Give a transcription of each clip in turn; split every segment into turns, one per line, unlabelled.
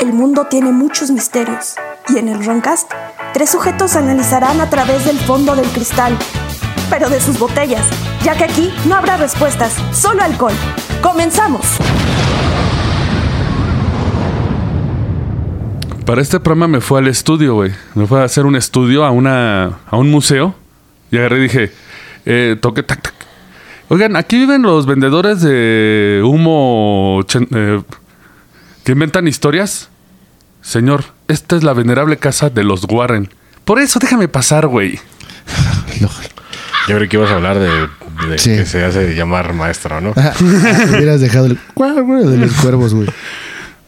El mundo tiene muchos misterios y en el Roncast, tres sujetos analizarán a través del fondo del cristal, pero de sus botellas, ya que aquí no habrá respuestas, solo alcohol. ¡Comenzamos!
Para este programa me fue al estudio, güey. Me fue a hacer un estudio a, una, a un museo y agarré y dije, eh, toque, tac, tac. Oigan, aquí viven los vendedores de humo chen- eh, que inventan historias. Señor, esta es la venerable casa de los Warren. Por eso déjame pasar, güey.
Yo creo que ibas a hablar de, de
Sí.
que se hace llamar maestro, ¿no?
Ajá. Hubieras dejado el cuar, güey, de los cuervos, güey.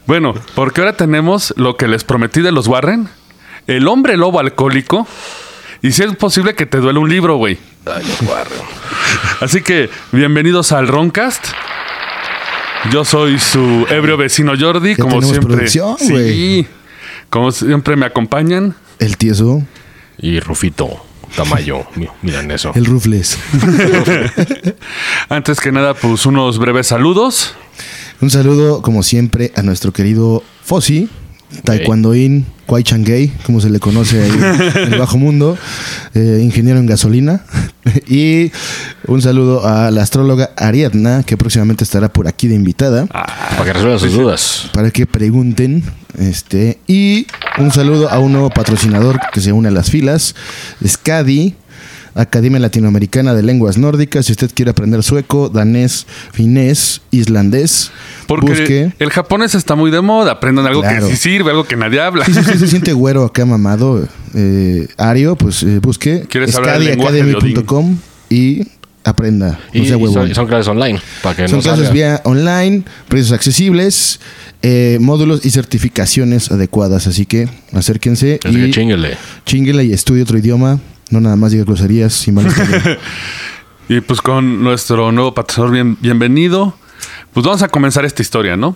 Bueno, porque ahora tenemos lo que les prometí de los Warren, el hombre lobo alcohólico, y si es posible que te duele un libro, güey. Así que, bienvenidos al Roncast. Yo soy su ebrio vecino Jordi,
Ya
como
tenemos
siempre.
producción,
sí,
güey.
como siempre me acompañan.
El tieso,
Y Rufito, Tamayo, mi- miren eso.
el rufles.
Antes que nada, pues unos breves saludos.
Un saludo, como siempre, a nuestro querido Fossi, taekwondoín, Kwai Changay, como se le conoce ahí en el bajo mundo, eh, ingeniero en gasolina. Y un saludo a la astróloga Ariadna, que próximamente estará por aquí de invitada,
Para que resuelva sus dudas.
para que pregunten. Este, y un saludo a un nuevo patrocinador que se une a las filas, SCADI. Academia Latinoamericana de Lenguas Nórdicas. Si usted quiere aprender sueco, danés, finés, islandés,
Porque el japonés está muy de moda. Aprendan algo
Claro.
que sí sirve, algo que nadie habla.
Sí, sí, sí, se siente güero acá mamado, eh, Ario, pues eh, busque
¿Quieres hablar el lenguaje de Odín?
scadiacademy.com y aprenda. No
Y
sea
son,
huevón.
son clases online. Para que
Son
no
clases
salga.
vía online, precios accesibles, eh, módulos y certificaciones adecuadas. Así que acérquense
Así que
y
chinguele.
chinguele y estudie otro idioma. No nada más diga groserías sin mal español.
Y pues con nuestro nuevo patrocinador, bien- bienvenido. Pues vamos a comenzar esta historia, ¿no?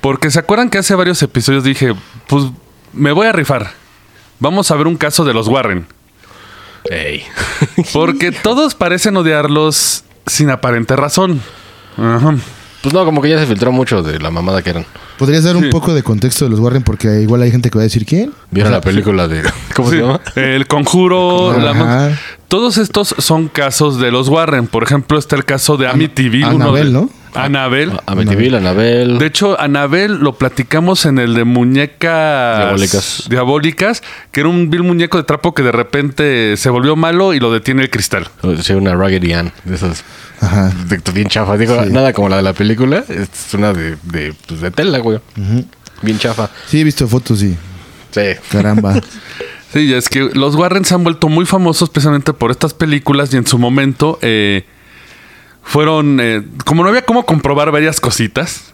Porque se acuerdan que hace varios episodios dije, pues me voy a rifar. Vamos a ver un caso de los Warren.
Ey.
Porque todos parecen odiarlos sin aparente razón. Ajá.
Pues no, como que ya se filtró mucho de la mamada que eran.
¿Podrías dar un poco de contexto de los Warren? Porque igual hay gente que va a decir quién.
Vieron la película de. ¿Cómo
Sí,
se llama?
El conjuro.
Ajá.
la mon- Todos estos son casos de los Warren. Por ejemplo, está el caso de Amityville. uno
Annabelle,
de-
¿no?
Annabelle.
Ah, Amityville, Anabel.
De hecho, Anabel lo platicamos en el de muñecas
Diabólicas.
diabólicas, que era un vil muñeco de trapo que de repente se volvió malo y lo detiene el cristal.
Sí, una Raggedy Ann. De esas.
Ajá.
de- de- bien chafa. Digo, nada como la de la película. Es una de, de, pues, de tela, güey. Bien chafa.
Sí, he visto fotos y
Sí.
caramba.
Sí, y es que los Warren se han vuelto muy famosos precisamente por estas películas y en su momento eh, fueron, eh, como no había cómo comprobar varias cositas,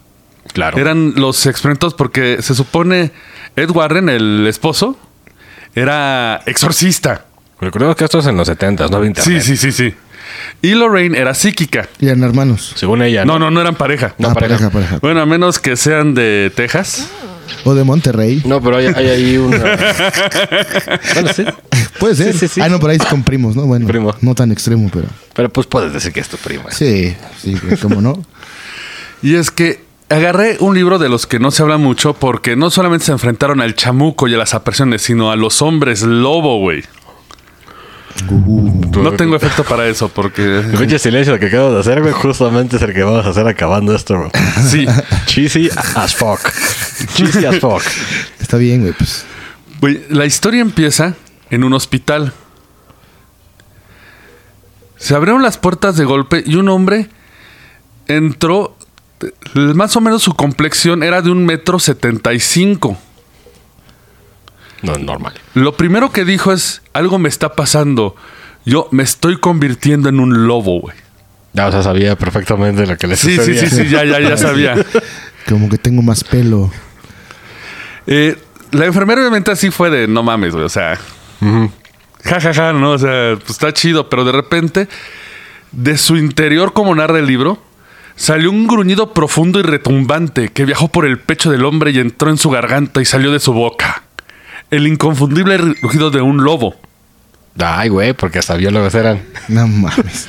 Claro.
eran los experimentos porque se supone Ed Warren, el esposo, era exorcista.
Recordemos que esto es en los 70s, no había internet.
Sí, sí, sí, sí. Y Lorraine era psíquica.
Y eran hermanos.
Según ella.
No, no, no eran pareja.
No,
Ah,
pareja.
pareja, pareja.
Bueno, a menos que sean de Texas.
O de Monterrey.
No, pero hay, hay ahí una. bueno, sí.
Puede ser.
Sí, sí, sí.
Ah, no, pero ahí es con primos, ¿no? Bueno,
Primo.
no tan extremo, pero.
Pero pues puedes decir que es tu prima.
Sí, sí, güey, cómo no.
Y es que agarré un libro de los que no se habla mucho porque no solamente se enfrentaron al chamuco y a las apresiones, sino a los hombres lobo, güey. No tengo efecto para eso porque...
El pinche silencio que acabas de hacer, güey, justamente es el que vamos a hacer acabando esto, bro.
Sí.
Cheesy as fuck. Cheesy as fuck.
Está bien, güey, pues.
Güey, la historia empieza en un hospital. Se abrieron las puertas de golpe y un hombre entró. Más o menos su complexión era de un metro setenta y cinco.
No es normal.
Lo primero que dijo es, algo me está pasando. Yo me estoy convirtiendo en un lobo, güey.
Ya, o sea, sabía perfectamente lo que le
Sí, sí,
sucedía.
sí, sí, ya, ya, ya sabía.
Como que tengo más pelo.
Eh, la enfermera obviamente así fue de, no mames, güey, o sea... Ja, ja, ja, no, o sea, pues, está chido, pero de repente, de su interior, como narra el libro, salió un gruñido profundo y retumbante que viajó por el pecho del hombre y entró en su garganta y salió de su boca. El inconfundible rugido de un lobo.
Ay, güey, porque hasta biólogos eran.
No mames.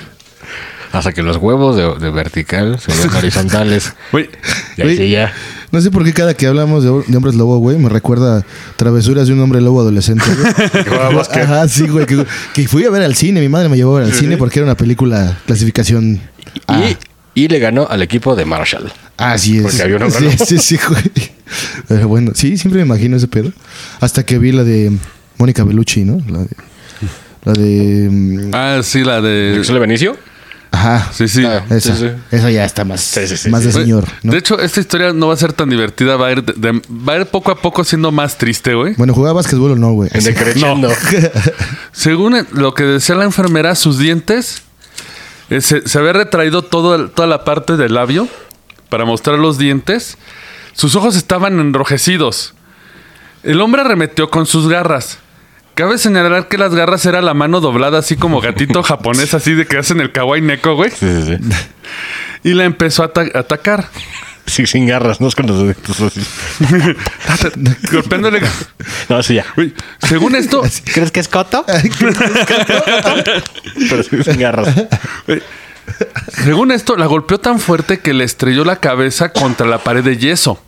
Hasta que los huevos de, de vertical se ven horizontales.
Güey,
Y ahí
Güey.
sí ya.
No sé por qué cada que hablamos de, de hombres lobo, güey, me recuerda travesuras de un hombre lobo adolescente. güey.
jugaba básquet.
Ajá, sí, güey. Que, que fui a ver al cine. Mi madre me llevó a ver al cine porque era una película clasificación. A.
Ah. Y, y le ganó al equipo de Marshall.
Así es.
Porque había un hombre
sí,
lobo.
sí, sí, güey. Pero bueno, sí, siempre me imagino ese pedo. Hasta que vi la de Mónica Bellucci, ¿no? La de. La de. mm,
Ah, sí, la de.
¿Solo Benicio?
Ajá.
Sí, sí.
Ah,
Esa,
sí, sí.
esa ya está más,
Sí, sí, sí,
más
sí.
de
Oye,
señor. ¿no?
De hecho, esta historia no va a ser tan divertida. Va a ir, de- de- va a ir poco a poco siendo más triste, güey.
Bueno, jugaba básquetbol o no, güey.
En decreciendo.
Según lo que decía la enfermera, sus dientes eh, se, se había retraído todo el- toda la parte del labio para mostrar los dientes. Sus ojos estaban enrojecidos. El hombre arremetió con sus garras. Cabe señalar que las garras era la mano doblada, así como gatito japonés, así de que hacen el kawaii neko, güey.
Sí, sí, sí.
Y la empezó a ata- atacar.
Sí, sin garras, no es con los deditos así.
Golpeándole.
No, sí, ya.
Güey, Según esto,
¿Crees que es coto? Pero sí, sin garras.
Según esto, la golpeó tan fuerte que le estrelló la cabeza contra la pared de yeso.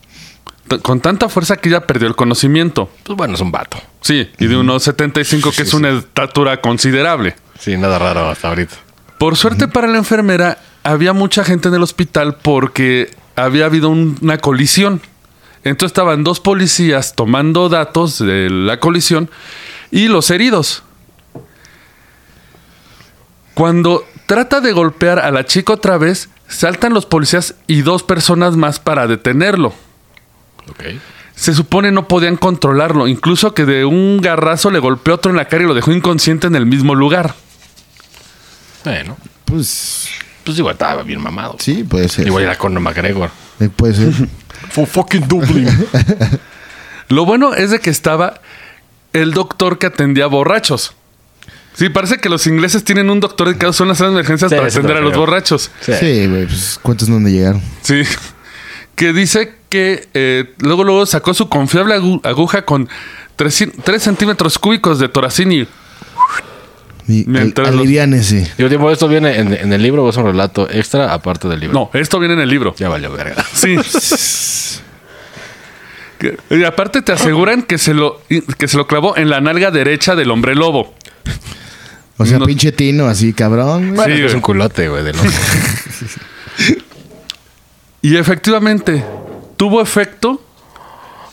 T- Con tanta fuerza que ella perdió el conocimiento.
Pues bueno, es un vato.
Sí, y de unos 75, que es una estatura considerable.
Sí, nada raro hasta ahorita.
Por suerte para la enfermera, había mucha gente en el hospital porque había habido un- una colisión. Entonces estaban dos policías tomando datos de la colisión y los heridos. Cuando trata de golpear a la chica otra vez, saltan los policías y dos personas más para detenerlo.
Ok.
Se supone no podían controlarlo, incluso que de un garrazo le golpeó otro en la cara y lo dejó inconsciente en el mismo lugar.
Bueno,
Pues
pues igual estaba bien mamado.
sí, puede ser.
Igual era Conor McGregor.
Eh, puede ser.
For fucking Dublin.
Lo bueno es de que estaba el doctor que atendía borrachos. Sí, parece que los ingleses tienen un doctor dedicado solo a las emergencias
Sí,
para
eso
atender a los
creo.
borrachos.
Sí.
Sí, güey. Pues cuántos no han de llegar.
Sí. Que dice que eh, luego, luego sacó su confiable agu- aguja con 3, centímetros cúbicos de toracini.
Y al-
Mientras los-
aliviánese.
Yo digo, ¿esto viene en, en el libro o es un relato extra aparte del libro?
No, esto viene en el libro.
Ya valió verga.
Sí. Que- Y aparte te aseguran que se lo que se lo clavó en la nalga derecha del hombre lobo.
O sea,
No-
pinche tino así, cabrón. güey.
Bueno,
Sí,
es
güey.
un culote, güey, de loco.
Y efectivamente, tuvo efecto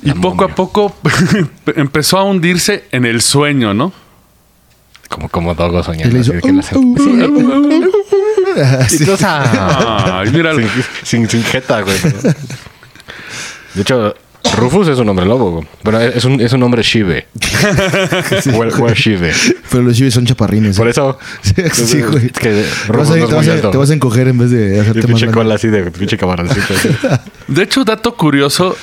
y
La
poco
momia.
a poco empezó a hundirse en el sueño, ¿no?
Como, como Dogo
Y
soñando.
le hizo. "Uh,
así de que
Sí.
la- Ah.
Ay, mira,
sin, sin, sin jeta, güey. De hecho, Rufus es un hombre lobo, güey. Bueno, es un, es un hombre shive. Well, well shive.
Pero los chivis son chaparrines.
Por
¿eh?
eso...
Sí, güey.
Es que
Te vas,
Rufus
a,
no es
te
muy
vas a-
alto.
te vas a encoger en vez de
Y
hacerte más
pinche
grande.
cola así de pinche camaroncito. así.
De hecho, dato curioso,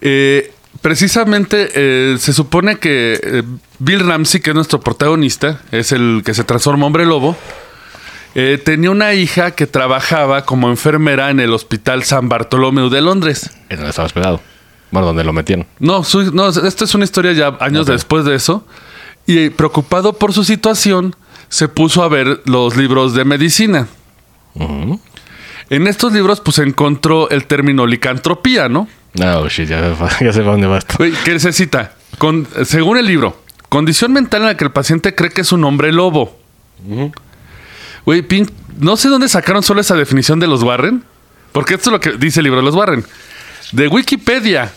eh, precisamente eh, se supone que eh, Bill Ramsey, que es nuestro protagonista, es el que se transforma en hombre lobo, eh, tenía una hija que trabajaba como enfermera en el Hospital San Bartolomeu de Londres.
En donde estaba hospedado. Bueno, donde lo metieron.
No, su- no, esta es una historia ya años después de eso. Y eh, preocupado por su situación, se puso a ver los libros de medicina.
Ujú.
En estos libros, pues encontró el término licantropía, ¿no?
No, Ah, oh, shit, ya, ya sé para dónde va esto.
Güey, ¿Qué se cita? Con, según el libro, condición mental en la que el paciente cree que es un hombre lobo. Güey, pin- no sé dónde sacaron solo esa definición de los Warren, porque esto es lo que dice el libro de los Warren. De Wikipedia.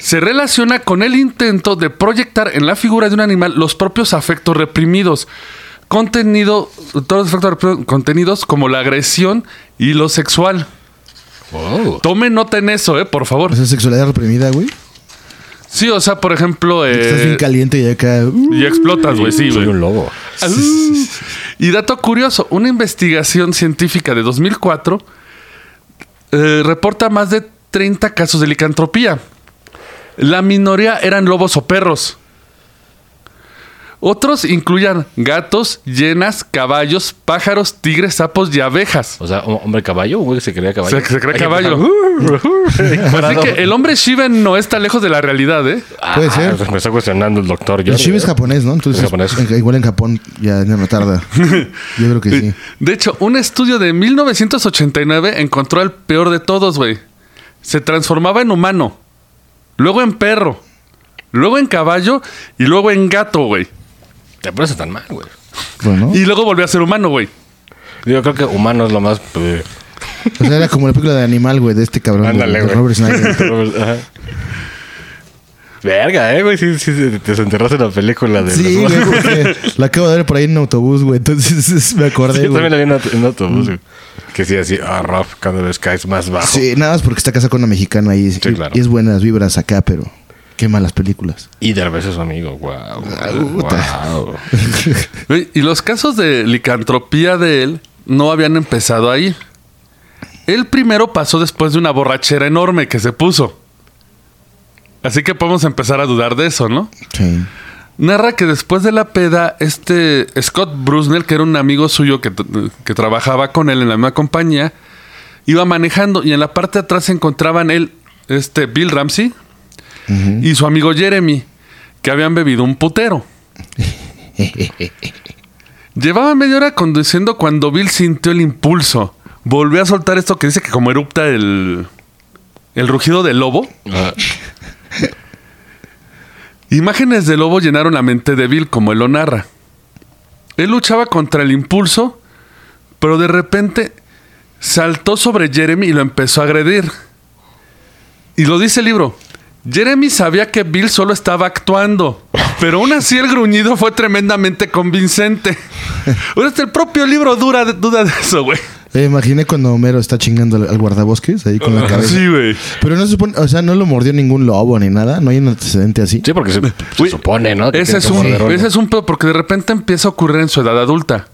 Se relaciona con el intento de proyectar en la figura de un animal los propios afectos reprimidos, contenido, todos los afectos reprimidos- contenidos como la agresión y lo sexual.
Wow.
Tomen nota en eso, eh, por favor.
O sea, sexualidad reprimida, güey.
Sí, o sea, por ejemplo,
Estás
eh,
bien caliente y acá. uh,
y explotas, güey, Pues sí,
Soy
güey.
un lobo.
Ah, Y dato curioso, una investigación científica de 2004 eh, reporta más de 30 casos de licantropía. La minoría eran lobos o perros. Otros incluían gatos, llenas, caballos, pájaros, tigres, sapos y abejas.
O sea, hom- hombre caballo, güey, se creía
O
caballo.
sea, que se cree
Ay,
caballo. Uh. Así
parado.
que el hombre Shiva no está lejos de la realidad, ¿eh?
Puede
Ah,
ser.
Me está cuestionando el doctor. Yo,
El chivo es japonés, ¿no? Entonces,
Es japonés.
en- igual en Japón ya no tarda. Yo creo que sí.
De hecho, un estudio de 1989 encontró al peor de todos, güey. se transformaba en humano, luego en perro, luego en caballo y luego en gato, güey.
Te pones tan mal, güey.
Bueno,
Y luego volvió a ser humano, güey.
Yo creo que humano es lo más. eh,
o sea, era como la película de animal, güey, de este cabrón.
Ándale,
de, de
güey.
Robert Snyder.
Robert- ajá. Verga, eh, güey. Sí, sí, sí, te desenterraste en la película de.
Sí,
los-
güey, porque la acabo de ver por ahí en autobús, güey. Entonces me
Sí,
acordé, güey.
yo
Mm.
también la vi en aut- en autobús, güey. Que sí, así, ah, Raf, cuando el sky es más bajo.
Sí, nada más porque está casada con una mexicana ahí.
Sí, claro.
Y es buenas vibras acá, pero qué malas películas.
Y Derbez es su amigo, wow.
Ah, puta.
wow.
Güey, Y los casos de licantropía de él no habían empezado ahí. El primero pasó después de una borrachera enorme que se puso. Así que podemos empezar a dudar de eso, ¿no?
Sí.
Narra que después de la peda, este Scott Brusnell, que era un amigo suyo que, t- que trabajaba con él en la misma compañía, iba manejando y en la parte de atrás se encontraban él, este Bill Ramsey y su amigo Jeremy, que habían bebido un putero. Llevaba media hora conduciendo cuando Bill sintió el impulso. Volvió a soltar esto que dice que como erupta el, el rugido del lobo.
Ah,
Imágenes de lobo llenaron la mente de Bill, como él lo narra. Él luchaba contra el impulso, pero de repente saltó sobre Jeremy y lo empezó a agredir. Y lo dice el libro. Jeremy sabía que Bill solo estaba actuando, pero aún así el gruñido fue tremendamente convincente. Ahora hasta el propio libro dura, duda de eso, güey.
Eh, imaginé cuando Homero está chingando al, al guardabosques ahí con la cabeza.
Sí, güey.
Pero no se supone, o sea, no lo mordió ningún lobo ni nada. No hay un antecedente así.
Sí, porque se, se
Güey,
supone, ¿no? Que
Ese
tiene
es,
que
un,
morder uno.
ese es un pedo, porque de repente empieza a ocurrir en su edad adulta.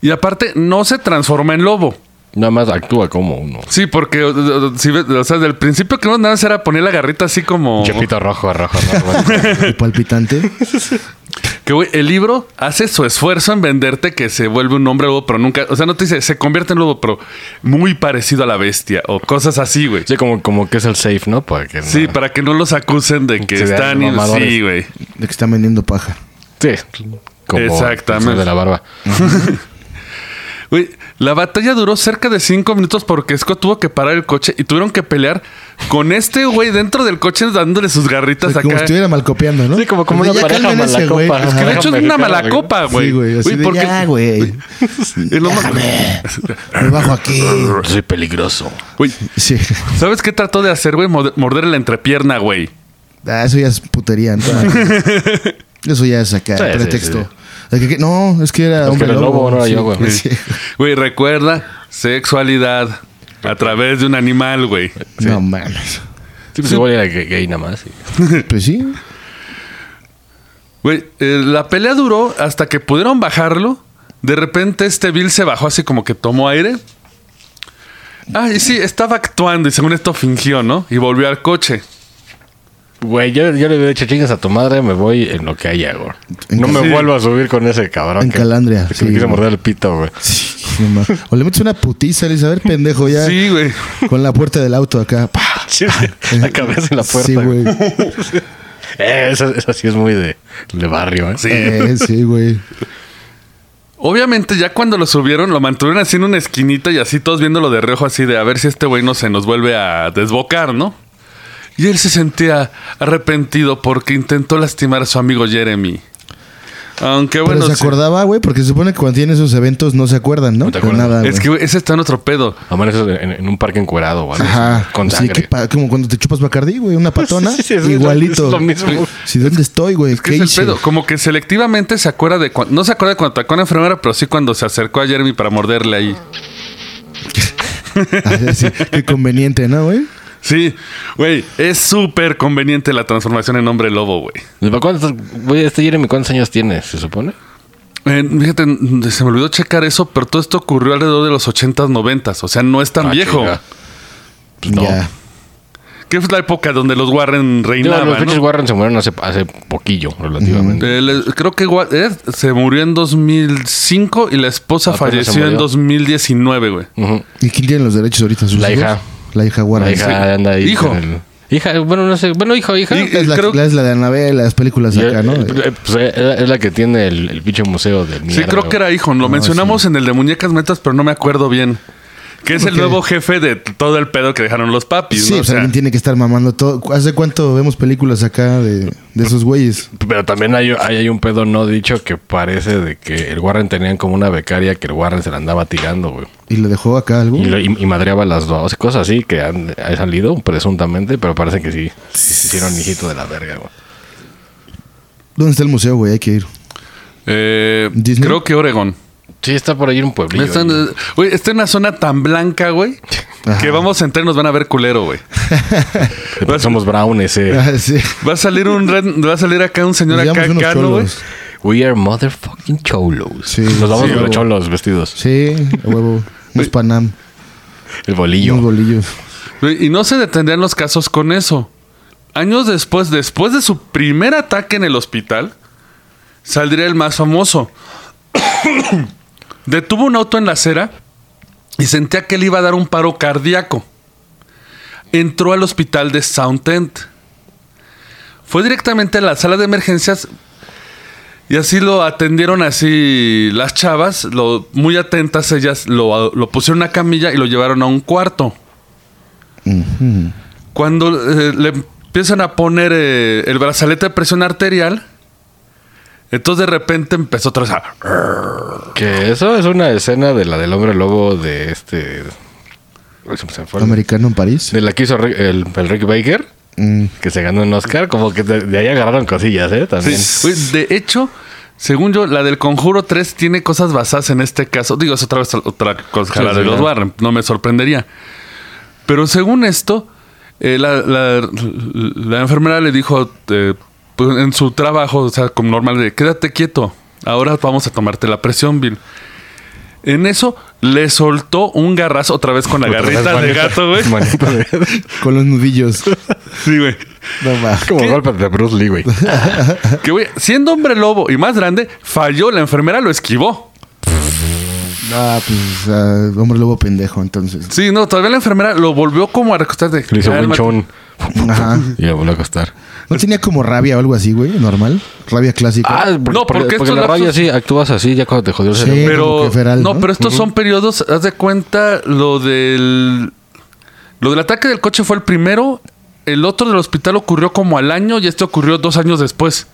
Y aparte, no se transforma en lobo.
Nada más actúa como uno.
Sí, porque, o- o- si ves, o sea, del principio que no nada más era poner la garrita así como.
Chepito rojo, rojo, rojo.
Y palpitante.
Que, güey, el libro hace su esfuerzo en venderte que se vuelve un hombre lobo, pero nunca. O sea, no te dice, se convierte en lobo, pero muy parecido a la bestia o cosas así, güey.
sí, como, como que es el safe, ¿no? Para que no-
Sí, para que no los acusen de que
Se vean
están. y-
mamadores.
Sí, güey.
De que está vendiendo paja.
Sí. Como
Exactamente.
el de la barba.
Güey, la batalla duró cerca de cinco minutos porque Scott tuvo que parar el coche y tuvieron que pelear con este güey dentro del coche dándole sus garritas
O sea, como si
acá.
estuviera malcopiando, ¿no? Pues
Sí, como- como una
Ya
pareja
calmen ese, güey.
malacopa.
Ajá.
Que de hecho es una
Mexicano,
mala
güey.
copa, güey.
Sí, güey. Así
Güey,
de,
porque-
ya, güey.
Es lo más-
Me bajo aquí.
Soy peligroso.
Güey,
Sí.
¿sabes qué trató de hacer, güey? Morde- Morderle la entrepierna, güey.
Ah, eso ya es putería. ¿no? Eso ya es acá,
Sí, sí,
pretexto.
sí.
De que- que- no, es que era
que
hombre
era
lobo.
lobo, no era
sí.
yo, güey.
Sí.
Güey, recuerda sexualidad a través de un animal, güey.
No mames.
Sí, pues igual era gay, gay nada más. sí.
Pues sí.
Güey, eh, la pelea duró hasta que pudieron bajarlo. De repente este Bill se bajó así como que tomó aire. Ah, y sí, estaba actuando y según esto fingió, ¿no? Y volvió al coche.
Güey, yo, yo le hubiera dicho chingas a tu madre, me voy en lo que haya, güey.
En
No me
sí.
vuelvo a subir con ese cabrón.
En
que-
Calandria,
Que
sí,
me quiso
güey.
morder el pito, güey.
Sí, no mames. o le metes una putiza, le dices, a ver, pendejo, ya.
Sí, güey.
Con la puerta del auto acá. pa. Eh,
la cabeza en la puerta.
Sí, güey.
Eh, esa, esa sí es muy de, de barrio, ¿eh?
Sí.
Eh, sí, güey.
Obviamente ya cuando lo subieron lo mantuvieron así en una esquinita y así todos viéndolo de reojo así de a ver si este güey no se nos vuelve a desbocar, ¿no? Y él se sentía arrepentido porque intentó lastimar a su amigo Jeremy. Aunque
Pero
bueno,
se
sí-
acordaba, güey, porque se supone que cuando tienen esos eventos no se acuerdan, ¿no?
No te
De
acuerdas.
nada,
es
güey.
que güey, ese está en otro pedo.
Amaneces en, en un parque encuerado, güey.
Ajá. Pues
Con
sí,
sangre.
que pa- como cuando te chupas Bacardi, güey, una patona.
Sí, sí, es-
igualito.
es lo mismo.
Sí, ¿dónde estoy, güey?
¿Qué, es el
hice?
pedo? Como que selectivamente se acuerda de cuando. No se acuerda de cuando atacó a la enfermera, pero sí cuando se acercó a Jeremy para morderle ahí.
Ah, sí, Qué conveniente, ¿no, güey?
Sí, güey, es súper conveniente la transformación en hombre lobo, güey.
¿Para ¿Cuántos, güey, este Jeremy, ¿cuántos años tiene, se supone?
Eh, fíjate, n- se me olvidó checar eso, pero todo esto ocurrió alrededor de los 80s, 90s. O sea, no es tan
Ah,
viejo.
chinga. Pues no.
Ya.
Que fue la época donde los Warren
Digo, los
reinaban.
pinches
¿no?
Warren se murieron hace, hace poquillo, relativamente.
Eh, le- creo que Wa- Ed se murió en 2005 y la esposa
Apenas se
falleció en
murió.
2019 güey.
Mm.
Ujú.
¿Y quién tiene los derechos ahorita? ¿Sus
La
hijos?
hija.
La hija Warren.
La hija anda ahí.
Hijo.
con el- Hija, bueno, no sé. Bueno, hijo, hija.
Y-
Es la,
Creo-
la- es la de Anabel, las películas
Y-
de acá, ¿no?
eh, eh, pues, eh, es la- es la que tiene el, el pinche museo de mierda.
Sí, creo que
güey.
era hijo. Lo mencionamos en el de Muñecas Metas, pero no me acuerdo bien. Que es el
Porque-
nuevo jefe de t- todo el pedo que dejaron los papis,
Sí,
¿no? O
pues
sea,
alguien tiene que estar mamando todo. ¿Hace cuánto vemos películas acá de, de esos güeyes?
Pero también hay, hay, hay un pedo no dicho que parece de que el Warren tenían como una becaria que el Warren se la andaba tirando, güey.
¿Y le dejó acá algo?
Y, lo- y, y madreaba las dos cosas así que han, ha salido presuntamente, pero parece que sí, sí se hicieron hijito de la verga, güey.
¿Dónde está el museo, güey? Hay que ir.
eh,
Disney.
creo que Oregon.
Sí, está por ahí un pueblillo.
Está en,
ahí.
güey, está en una zona tan blanca, güey, que vamos a entrar y nos van a ver culero, güey.
pues Somos brownies, eh.
Ah, sí.
Va a salir un ren- va a salir acá un señor
Nos
acá
llevamos unos
cano, güey.
cholos.
We are motherfucking cholos.
Sí,
Nos vamos
sí,
de
güey.
cholos vestidos.
Sí, a huevo. Unos panam.
El bolillo.
Unos bolillos.
Güey, Y no se detendrían los casos con eso. Años después, después de su primer ataque en el hospital, saldría el más famoso. Detuvo un auto en la acera y sentía que le iba a dar un paro cardíaco. Entró al hospital de Sound Tent. Fue directamente a la sala de emergencias y así lo atendieron así las chavas, lo- muy atentas ellas, lo, lo pusieron a una camilla y lo llevaron a un cuarto cuando eh, le empiezan a poner eh, el brazalete de presión arterial, entonces de repente empezó otra vez a-
Que eso es una escena de la del hombre lobo de este. Ay, se me fue el-
Americano en París.
De la que hizo Rick- el, el Rick Baker,
Mm.
que se ganó un Oscar. Como que de, de ahí agarraron cosillas, ¿eh? También.
Güey, De hecho, según yo, la del Conjuro 3 tiene cosas basadas en este caso. Digo, es otra vez otra cosa
Sí,
la de
sí,
los
claro.
Warren, no me sorprendería. Pero según esto, eh, la, la- la enfermera le dijo eh, pues, en su trabajo, o sea, como normal, de quédate quieto, ahora vamos a tomarte la presión, Bill. En eso le soltó un garrazo otra vez con la
Otra vez
garrita de
manita-
gato, güey.
manita de-
Con los nudillos.
Sí, güey.
No más.
Como golpe de Bruce Lee, güey.
Que, güey, siendo hombre lobo y más grande, falló, la enfermera lo esquivó.
Ah, pues ah, hombre lobo pendejo, entonces.
Sí, no, todavía la enfermera lo volvió como a recostar de.
Le hizo un
Cálmate.
chon.
Ajá.
Y lo volvió a acostar.
¿No tenía como rabia o algo así, güey? Normal. Rabia clásica.
Ah,
porque-
no, porque,
porque
porque
estos
la raya
lapsos-
sí, actúas así ya cuando te jodió el
Sí.
cerebro.
Como
Pero.
que feral,
no,
¿no?
pero estos son periodos. Haz de cuenta lo del. Lo del ataque del coche fue el primero. El otro del hospital ocurrió como al año y este ocurrió dos años después.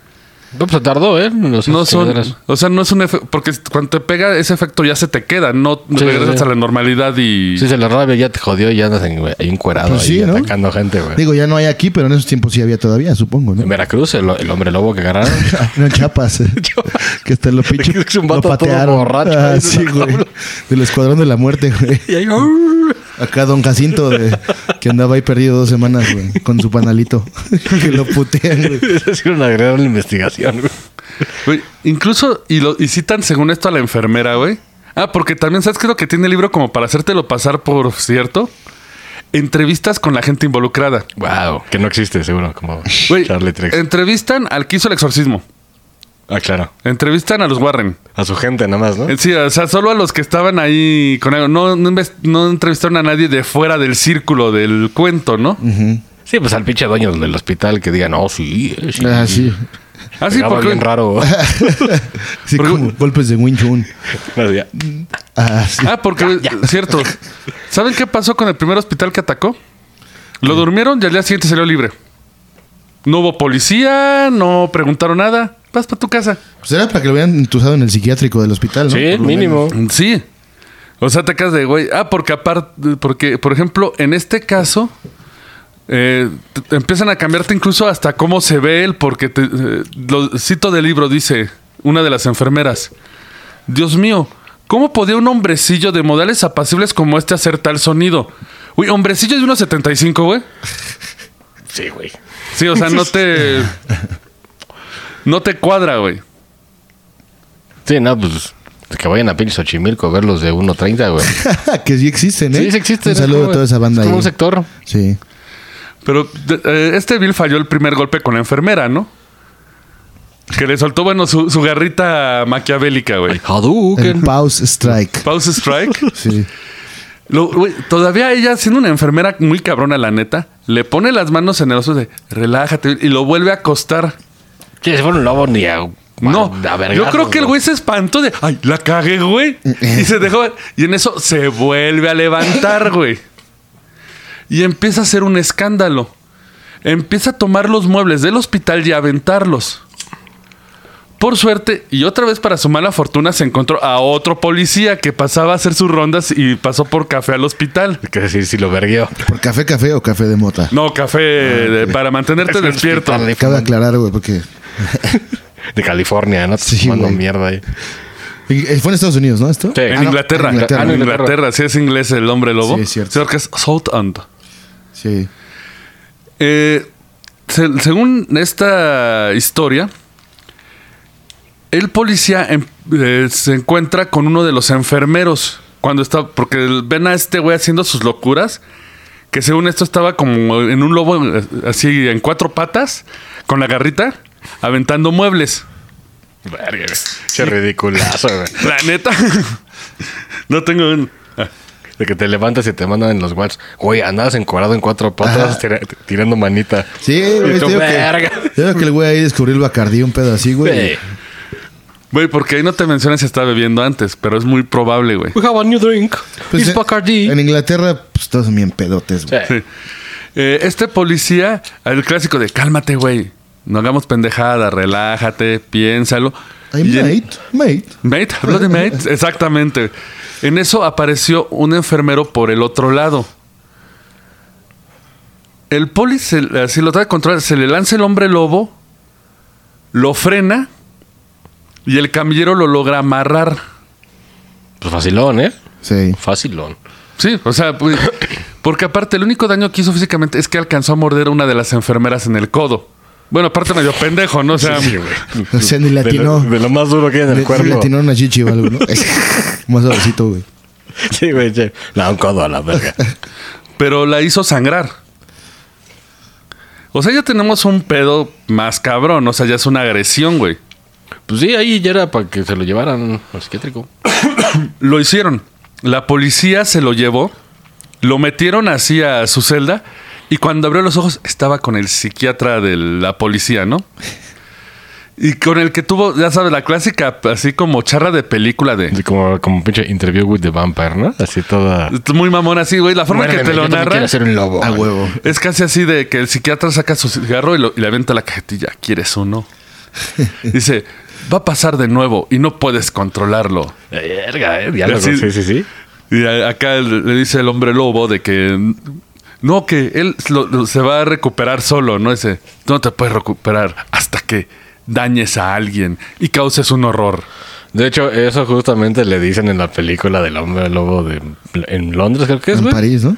No, pues tardó, ¿eh? No, sé,
No
si
son.
verás.
O sea, no es un efecto. Porque cuando te pega, ese efecto ya se te queda. No
Sí,
regresas
sí.
a la normalidad y.
Sí, se la rabia ya te jodió y ya andas en, ahí encuerado
Pues sí,
ahí
¿no?
atacando gente, güey.
Digo, ya no hay aquí, pero en esos tiempos sí había todavía, supongo, ¿no?
En Veracruz, el, el hombre lobo que agarraron.
No, en Chiapas. eh. que hasta lo pinche.
Es un
lo
vato todo
patearon.
borracho
Ah,
ahí en
sí,
una
güey.
jaula.
Del escuadrón de la muerte, güey.
y ahí,
Acá Don Jacinto, de- que andaba ahí perdido dos semanas, güey, con su panalito. que lo putean, güey.
es una gran investigación, güey.
Güey, incluso, y, lo, y citan según esto a la enfermera, güey. Ah, porque también, ¿sabes qué es lo que tiene el libro como para hacértelo pasar por cierto? Entrevistas con la gente involucrada.
Wow, que no existe, seguro, como
Güey,
Charlie Trex.
entrevistan al que hizo el exorcismo.
ah, claro.
Entrevistan a los Warren.
A su gente nada más, ¿no?
Eh, Sí, o sea, solo a los que estaban ahí con algo. No, no, inves- no entrevistaron a nadie de fuera del círculo del cuento, ¿no?
Sí, pues al pinche dueño del hospital que diga, no, sí, eh, sí.
Ah, sí.
Ah, sí,
Pegaba
porque-
bien raro.
Sí,
Porque-
como golpes de Wing Chun.
No, ya.
Ah, sí.
Ah, porque, cierto. ¿Saben qué pasó con el primer hospital que atacó? Lo durmieron y al día siguiente salió libre. No hubo policía, no preguntaron nada. Vas para tu casa.
Pues era para que lo hubieran entusado en el psiquiátrico del hospital, ¿no?
Sí,
Por lo
mínimo.
Sí. O sea, te quedas de güey. Ah, porque aparte, porque, por ejemplo, en este caso, eh, te- empiezan a cambiarte incluso hasta cómo se ve él, porque te- eh, lo cito del libro, dice una de las enfermeras. Dios mío, ¿cómo podía un hombrecillo de modales apacibles como este hacer tal sonido? Uy, hombrecillo de 1.75, güey.
Sí, güey.
Sí, o sea, no te. No te cuadra, güey.
Sí, no, pues que vayan a pinche Xochimilco a ver los de 1.30, güey.
menos. que sí existen, ¿eh?
Sí, sí existe.
Un
¿no?
saludo
Como-
a toda esa banda
es
ahí.
Como un sector.
Sí.
Pero de- eh, este Bill falló el primer golpe con la enfermera, ¿no? Que le soltó, bueno, su, su garrita maquiavélica, güey.
El Pause Strike.
Pause strike.
Sí.
Lo- güey, todavía ella, siendo una enfermera muy cabrona, la neta, le pone las manos en el oso de relájate Bill", y lo vuelve a acostar.
Sí, si fuera un lobo ni a
No,
A vergazos,
yo creo que el güey se espantó de, ay, la cagué, güey. Y se dejó. Y en eso se vuelve a levantar, güey. Y empieza a hacer un escándalo. Empieza a tomar los muebles del hospital y a aventarlos. Por suerte, y otra vez para su mala fortuna, se encontró a otro policía que pasaba a hacer sus rondas y pasó por café al hospital.
Que decir, si lo verguió.
¿Por café, café o café de mota?
No, café de- para mantenerte
Ah, Es el
despierto.
hospital de-
Cabe aclarar, güey, porque
De California, ¿no?
Sí,
Mando
güey.
mierda ahí.
y- eh, fue en Estados Unidos, ¿no? Esto.
Sí.
En
Ah, no,
Inglaterra,
en Inglaterra.
en Inglaterra, si es inglés el hombre lobo.
Sí, es cierto.
Creo que es Southend.
Sí.
Eh, se- según esta historia, el policía em- eh, se encuentra con uno de los enfermeros cuando está, porque el- ven a este güey haciendo sus locuras, que según esto estaba como en un lobo eh, así en cuatro patas, con la garrita, aventando muebles.
Verga, güey. Che ridiculazo, güey.
La neta, no tengo un-
De que te levantas y te mandan en los whats. Güey, andabas encuadrado en cuatro patas tira- tirando manita.
Sí, güey.
Y tú,
Yo
verga.
que, yo digo que el güey ahí descubrió el bacardí, un pedo así, güey.
Güey.
Güey, porque ahí no te mencionan si estaba bebiendo antes, pero es muy probable, güey.
We have a new drink.
Pues,
It's
eh,
Bacardi.
En Inglaterra, pues todos bien pedotes, güey.
Sí.
Eh, este policía, el clásico de cálmate, güey. No hagamos pendejada, relájate, piénsalo.
Ay,
Y en-
mate, mate.
Mate, bloody mate, exactamente. En eso apareció un enfermero por el otro lado. El poli, se- si lo trata de controlar, se le lanza el hombre lobo, lo frena y el camillero lo logra amarrar.
Pues facilón, ¿eh?
Sí.
Facilón.
Sí, o sea, pues, porque aparte el único daño que hizo físicamente es que alcanzó a morder a una de las enfermeras en el codo. Bueno, aparte medio pendejo, ¿no? O
Ah,
sea,
O sea, ni
De lo,
latino.
de lo más duro que hay en el
Le,
cuerpo.
le atinó una chichi o algo, ¿no? Más suavecito, güey.
Sí, güey, che. No, un codo a la verga.
pero la hizo sangrar. O sea, ya tenemos un pedo más cabrón, o sea, ya es una agresión, güey.
Pues sí, ahí ya era para que se lo llevaran al psiquiátrico.
Lo hicieron. La policía se lo llevó, lo metieron así a su celda y cuando abrió los ojos estaba con el psiquiatra de la policía, ¿no? Y con el que tuvo, ya sabes, la clásica, así como charla de película de...
Así como, como pinche interview with the vampire, ¿no? Así toda.
Muy mamón así, güey. La forma en que
Muérdeme,
te lo
yo también
narra
quiero ser un lobo.
A huevo.
es casi así de que el psiquiatra saca su cigarro y, lo- y le aventa la cajetilla. ¿Quieres uno? Dice, va a pasar de nuevo y no puedes controlarlo.
Verga, eh. Diálogo.
Así-
Sí, sí, sí.
Y a- acá le le dice el hombre lobo de que... No, que él lo- lo- se va a recuperar solo, ¿no? Dice, tú no te puedes recuperar hasta que dañes a alguien y causes un horror.
De hecho, eso justamente le dicen en la película del hombre lobo de en Londres, creo que es,
En
güey.
París, ¿no?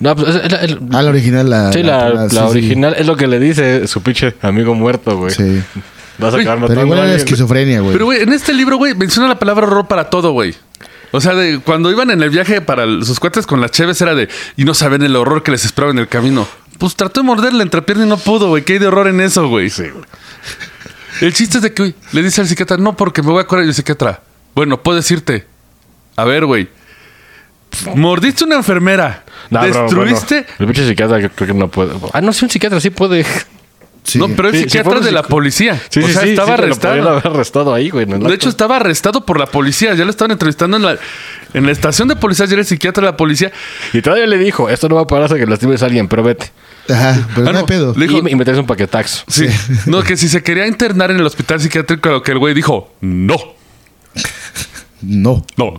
No, pues es- es la- el-
Ah, la original, la.
sí, la, la
sí, sí.
original es lo que le dice su pinche amigo muerto, güey.
Sí.
Vas a acabar matando
Pero igual
a
era
alguien.
esquizofrenia, güey.
Pero, güey, en este libro, güey, menciona la palabra horror para todo, güey. O sea, de, cuando iban en el viaje para el- sus cuates con las cheves era de... Y no saben el horror que les esperaba en el camino. Pues trató de morder la entrepierna y no pudo, güey. ¿Qué hay de horror en eso, güey?
Sí, güey.
El chiste es de que güey, le dice al psiquiatra, no, porque me voy a curar. Y el psiquiatra, bueno, puedes irte. A ver, güey. Mordiste una enfermera.
No, pero
destruiste...
bueno, el pinche psiquiatra que creo que no puede. Ah, no, sí, un psiquiatra sí puede.
Sí.
No, pero el
Sí, si
psiquiatra
fuera un
de la
psico-
policía.
Sí,
o
sí,
sea,
sí,
estaba
sí, te lo podrían
arrestado.
haber arrestado ahí, güey. en el
De hecho,
acto.
estaba arrestado por la policía. Ya lo estaban entrevistando en la, en la estación de policía. Ya era el psiquiatra de la policía.
Y todavía le dijo, esto no va a parar hasta que lastimes a alguien, pero vete.
Ajá, pero
Ah,
no hay
no.
pedo.
Le dijo-
y, me- y meterse un paquetaxo.
Sí. No, que si se quería internar en el hospital psiquiátrico, a lo que el güey dijo, no,
No.
no.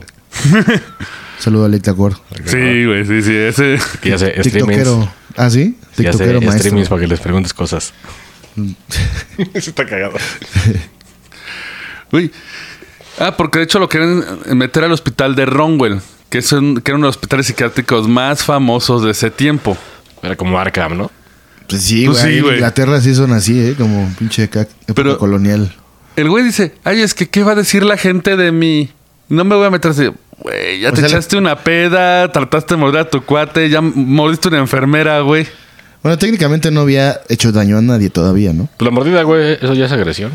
Saludo a Lecta Cor.
Sí, güey, sí, sí. Ese.
Que ya sé, Eh, streamings.
TikTokero. ¿Ah, sí?
Ya sé,
TikTokero maestro.
streamings para que les preguntes cosas. está cagado.
Güey. Ah, porque de hecho lo querían meter al hospital de Ronwell, que, es un- que era uno de los hospitales psiquiátricos más famosos de ese tiempo.
Era como Arkham, ¿no?
Pues sí,
Pues
güey.
sí,
ahí en
güey.
Inglaterra sí son así, ¿eh? Como pinche cac, época
Pero-
colonial.
El güey dice, ay, es que ¿qué va a decir la gente de mí? No me voy a meter así. Güey, ya
O
te
sea, la-
echaste una peda, trataste de morder a tu cuate, ya mordiste una enfermera, güey.
Bueno, técnicamente no había hecho daño a nadie todavía, ¿no?
Pues la mordida, güey, eso ya es agresión.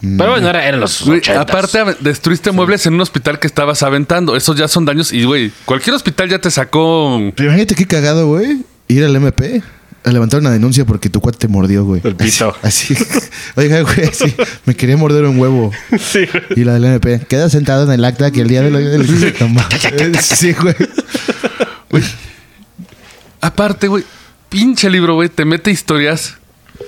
Pero bueno, era, eran los
Güey,
80.
aparte ave- destruiste muebles en un hospital que estabas aventando. Esos ya son daños. Y, güey, cualquier hospital ya te sacó...
Pero imagínate qué cagado, güey. Ir al MP a levantar una denuncia porque tu cuate te mordió, güey.
El pito.
Así. Oiga, güey, sí, me quería morder un huevo.
Sí, güey.
Y la del MP, queda sentado en el acta que el día de la... No mames. Sí, güey.
Aparte, güey, pinche libro, güey, te mete historias.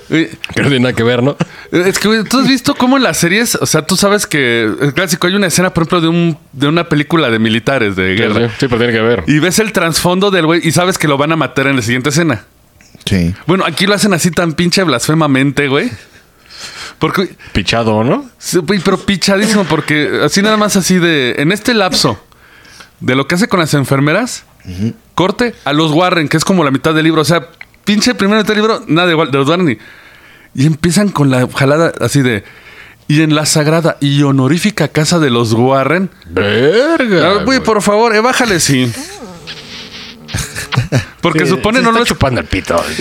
Güey,
Que no tiene nada que ver, ¿no?
Es que, güey, tú has visto cómo en las series, o sea, tú sabes que el clásico hay una escena, por ejemplo, de, un, de una película de militares de
Sí,
guerra.
pero tiene que ver.
Y ves el trasfondo del güey y sabes que lo van a matar en la siguiente escena.
Sí.
Bueno, aquí lo hacen así tan pinche blasfemamente, güey. Porque,
Pichado, ¿no?
sí, güey, pero pichadísimo, porque así nada más así de, en este lapso de lo que hace con las enfermeras, corte a los Warren, que es como la mitad del libro, o sea, pinche primero mitad del libro, nada de, Wa- de los Warren. Y, y empiezan con la jalada así de, y en la sagrada y honorífica casa de los Warren. Ah,
Verga.
güey, por favor, eh, bájale, sí. Porque supone no lo es-
chupando el pito.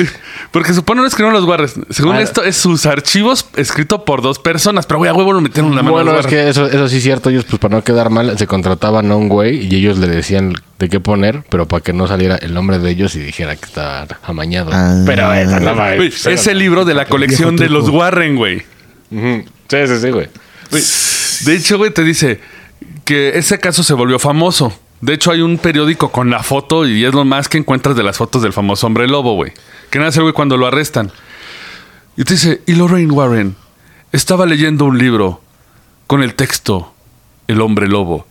Porque supone no escribieron los Warren. Según
Ah.
esto, es sus archivos escrito por dos personas. Pero, güey, a huevo lo metieron en la mano.
Bueno,
a los
es que eso, eso sí es cierto. Ellos, pues para no quedar mal, se contrataban a un güey y ellos le decían de qué poner, pero para que no saliera el nombre de ellos y dijera que está amañado.
Ah.
pero eh, esa no va a
Warren. Güey, es el libro de la colección de los Warren, güey.
Ujú. Sí, sí, sí, güey.
Güey, De hecho, güey, te dice que ese caso se volvió famoso. De hecho, hay un periódico con la foto y es lo más que encuentras de las fotos del famoso hombre lobo, güey. Que nace, güey, cuando lo arrestan. Y te dice, y Lorraine Warren estaba leyendo un libro con el texto El hombre lobo.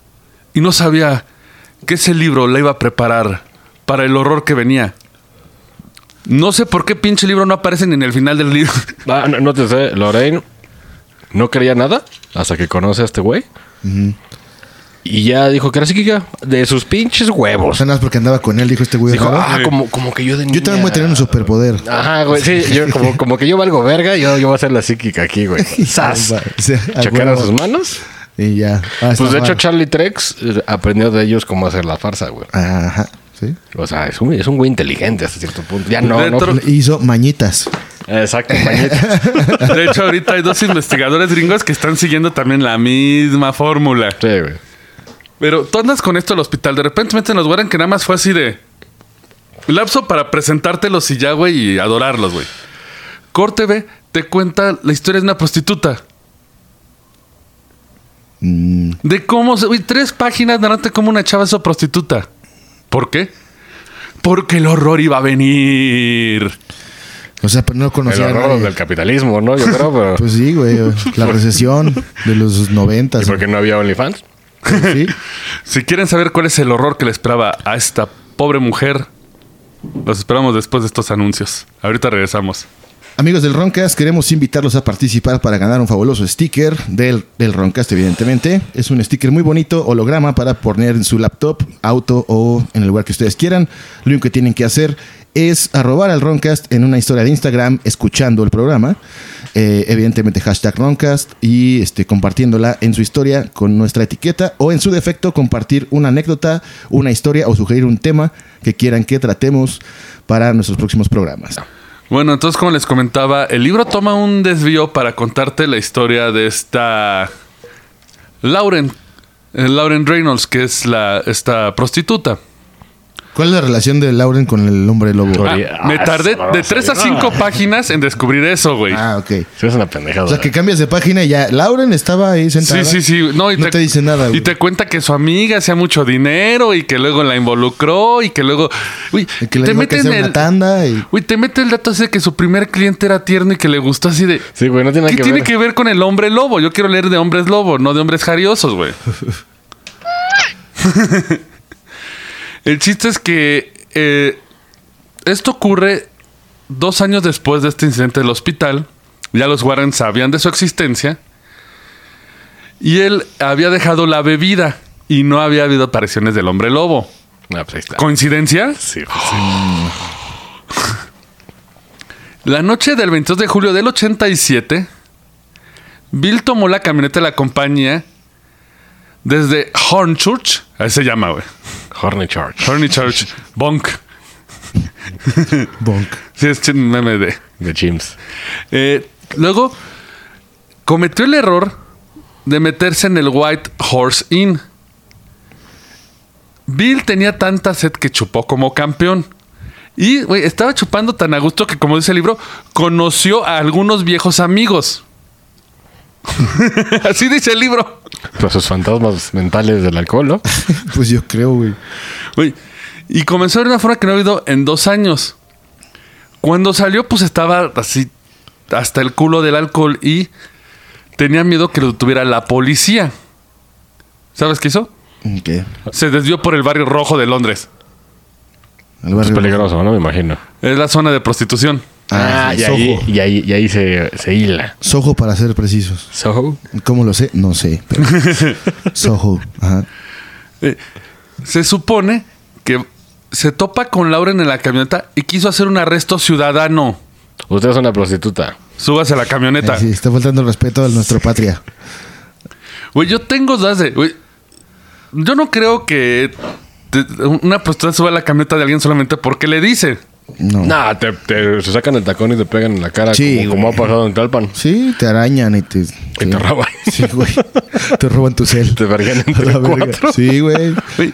Y no sabía que ese libro la iba a preparar para el horror que venía. No sé por qué pinche libro no aparece ni en el final del libro.
Ah, no, no te sé, Lorraine no creía nada hasta que conoce a este güey. Y ya dijo que era psíquica de sus pinches
O
huevos.
sea, nada más porque andaba con él, dijo este güey.
Dijo,
raro.
ah, como, como que yo de niña...
Yo también voy a tener un superpoder.
Ajá, güey, sí, yo como, como que yo valgo verga, yo, yo voy a ser la psíquica aquí, güey. ¡Sas!
O sea, Ah, a
Chocaron
huevo.
sus manos.
Y ya. Ah,
Pues
está
de hecho
raro.
Charlie Trex eh, aprendió de ellos cómo hacer la farsa, güey.
Ajá. Sí.
O sea, es un, es un güey inteligente hasta cierto punto. Ya no,
De
no.
otro-
Le hizo mañitas.
Exacto, pañeta.
De hecho, ahorita hay dos investigadores gringos que están siguiendo también la misma fórmula.
Sí, güey.
Pero tú andas con esto al hospital. De repente meten los Warren que nada más fue así de lapso para presentártelos y ya, güey, y adorarlos, güey. Corte B te cuenta la historia de una prostituta.
Mm,
De cómo se. Güey, tres páginas narrante cómo una chava hizo prostituta. ¿Por qué? Porque el horror iba a venir.
o sea, pero no
El
conocía a
horror
nadie.
del capitalismo, ¿no? Yo creo, pero...
Pues sí, güey. La recesión de los
¿Y
noventas.
por qué no había OnlyFans?
Sí.
Si quieren saber cuál es el horror que le esperaba a esta pobre mujer, los esperamos después de estos anuncios. Ahorita regresamos.
Amigos del Roncast, queremos invitarlos a participar para ganar un fabuloso sticker del, del Roncast, evidentemente. Es un sticker muy bonito, holograma para poner en su laptop, auto o en el lugar que ustedes quieran. Lo único que tienen que hacer es arrobar al Roncast en una historia de Instagram escuchando el programa. Eh, evidentemente hashtag Roncast y este, compartiéndola en su historia con nuestra etiqueta o en su defecto compartir una anécdota, una historia o sugerir un tema que quieran que tratemos para nuestros próximos programas.
Bueno, entonces como les comentaba, el libro toma un desvío para contarte la historia de esta Lauren, eh, Lauren Reynolds, que es la esta prostituta.
¿Cuál es la relación de Lauren con el hombre lobo?
Ah,
Oye,
me
ah,
tardé
eso no lo
de 3 a
sabía.
5 páginas en descubrir eso, güey.
Ah, ok.
Sí, es una pendejada.
O sea, que cambias de página y ya. Lauren estaba ahí sentada.
Sí, sí, sí. No, y
te, dice nada.
Y
güey.
te cuenta que su amiga hacía mucho dinero y que luego la involucró y que luego. Uy,
Y que le
te
dijo que
meten
hacer
el.
una tanda y...
Uy, te mete el dato así de que su primer cliente era tierno y que le gustó así de.
Sí, güey, no tiene nada
¿Qué
que
tiene
ver.
que ver con el hombre lobo? Yo quiero leer de hombres lobo, no de hombres jariosos, güey. el chiste es que eh, esto ocurre dos años después de este incidente del hospital. Ya los Warren sabían de su existencia. Y él había dejado la bebida y no había habido apariciones del hombre lobo.
Ah, pues ahí está.
¿Coincidencia?
Sí,
La noche del 22 de julio del 87, Bill tomó la camioneta de la compañía desde Hornchurch, ahí se llama, güey.
Horny Charge.
Hornchurch, Bonk.
Bonk.
Sí, es un meme de.
De Chims.
Eh, luego, cometió el error de meterse en el White Horse Inn. Bill tenía tanta sed que chupó como campeón Y, güey, estaba chupando tan a gusto que, como dice el libro, conoció a algunos viejos amigos. Así dice el libro.
Pues sus fantasmas mentales del alcohol, ¿no?
Pues yo creo, güey.
Güey, Y comenzó de una forma que no ha habido en dos años. Cuando salió, pues estaba así hasta el culo del alcohol y tenía miedo que lo tuviera la policía. ¿Sabes qué hizo?
¿Qué?
Se desvió por el barrio rojo de Londres.
Al
Es
barrio.
peligroso, ¿no? Me imagino.
Es la zona de prostitución.
Ah,
Ah, y,
Soho.
ahí, y, ahí, y ahí se, se hila.
Soho para ser precisos.
So,
¿Cómo lo sé? No sé. pero- Soho. Ajá.
Eh, se supone que se topa con Lauren en la camioneta y quiso hacer un arresto ciudadano.
usted es una prostituta.
Súbase a la camioneta.
Ahí sí, está faltando el respeto a nuestra patria.
Güey, yo tengo dudas de. güey, yo no creo que te- una prostituta suba a la camioneta de alguien solamente porque le dice.
No.
Nah, te, te- se sacan el tacón y te pegan en la cara
Sí,
como, como ha
güey.
pasado en Talpan.
Sí, te arañan y te.
Y te roban.
Sí, güey. Te roban tu cel.
Te vergan
A
entre
la verga.
cuatro.
Sí, güey.
Güey,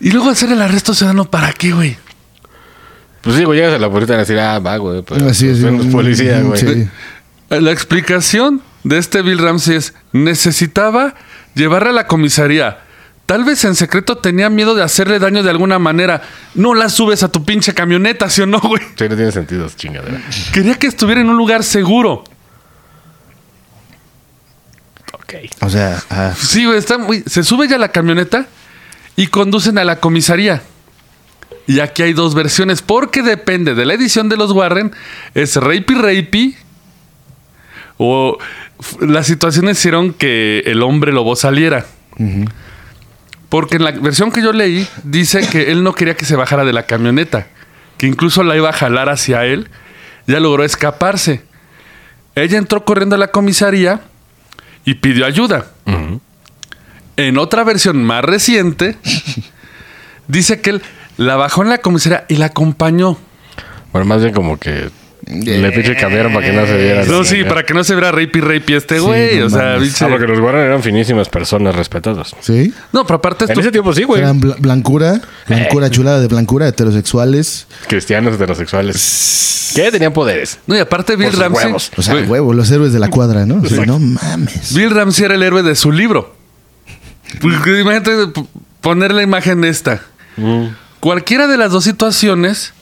y luego hacer el arresto ciudadano, ¿para qué, güey?
Pues sí, güey, llegas a la puerta y van a decir, ah, va, güey. Pues,
Así es. mm,
pues, ven los policías, güey.
Sí.
La explicación de este Bill Ramsey es: necesitaba llevarla a la comisaría. Tal vez en secreto tenía miedo de hacerle daño de alguna manera. No la subes a tu pinche camioneta, ¿sí o no, güey?
Sí, no tiene sentido, chingadera.
Quería que estuviera en un lugar seguro.
Ok.
O sea, ah, ajá.
Sí, güey, está muy- Se sube ya a la camioneta y conducen a la comisaría. Y aquí hay dos versiones, porque depende de la edición de los Warren, es rapey rapey o f- las situaciones hicieron que el hombre lobo saliera. Porque en la versión que yo leí dice que él no quería que se bajara de la camioneta, que incluso la iba a jalar hacia él, ya logró escaparse. Ella entró corriendo a la comisaría y pidió ayuda. En otra versión más reciente, dice que él la bajó en la comisaría y la acompañó.
Bueno, más bien como que le pinche cambiaron para que no se viera.
No, sí, para que no se viera rapey rapey este güey.
no
o sea,
mames.
biche-
Ah, porque los guardias eran finísimas personas respetadas.
¿Sí?
No, pero aparte
En
esto-
ese tiempo sí, güey.
Eran bla- blancura, blancura chulada de blancura, heterosexuales.
Cristianos heterosexuales. Que tenían poderes.
No, y aparte Bill
sus
Ramsey.
huevos.
O sea,
Güey,
huevo, los héroes de la cuadra, ¿no? O sea, no mames.
Bill Ramsey era el héroe de su libro. Porque Imagínate p- poner la imagen de esta.
Mm.
Cualquiera de las dos situaciones,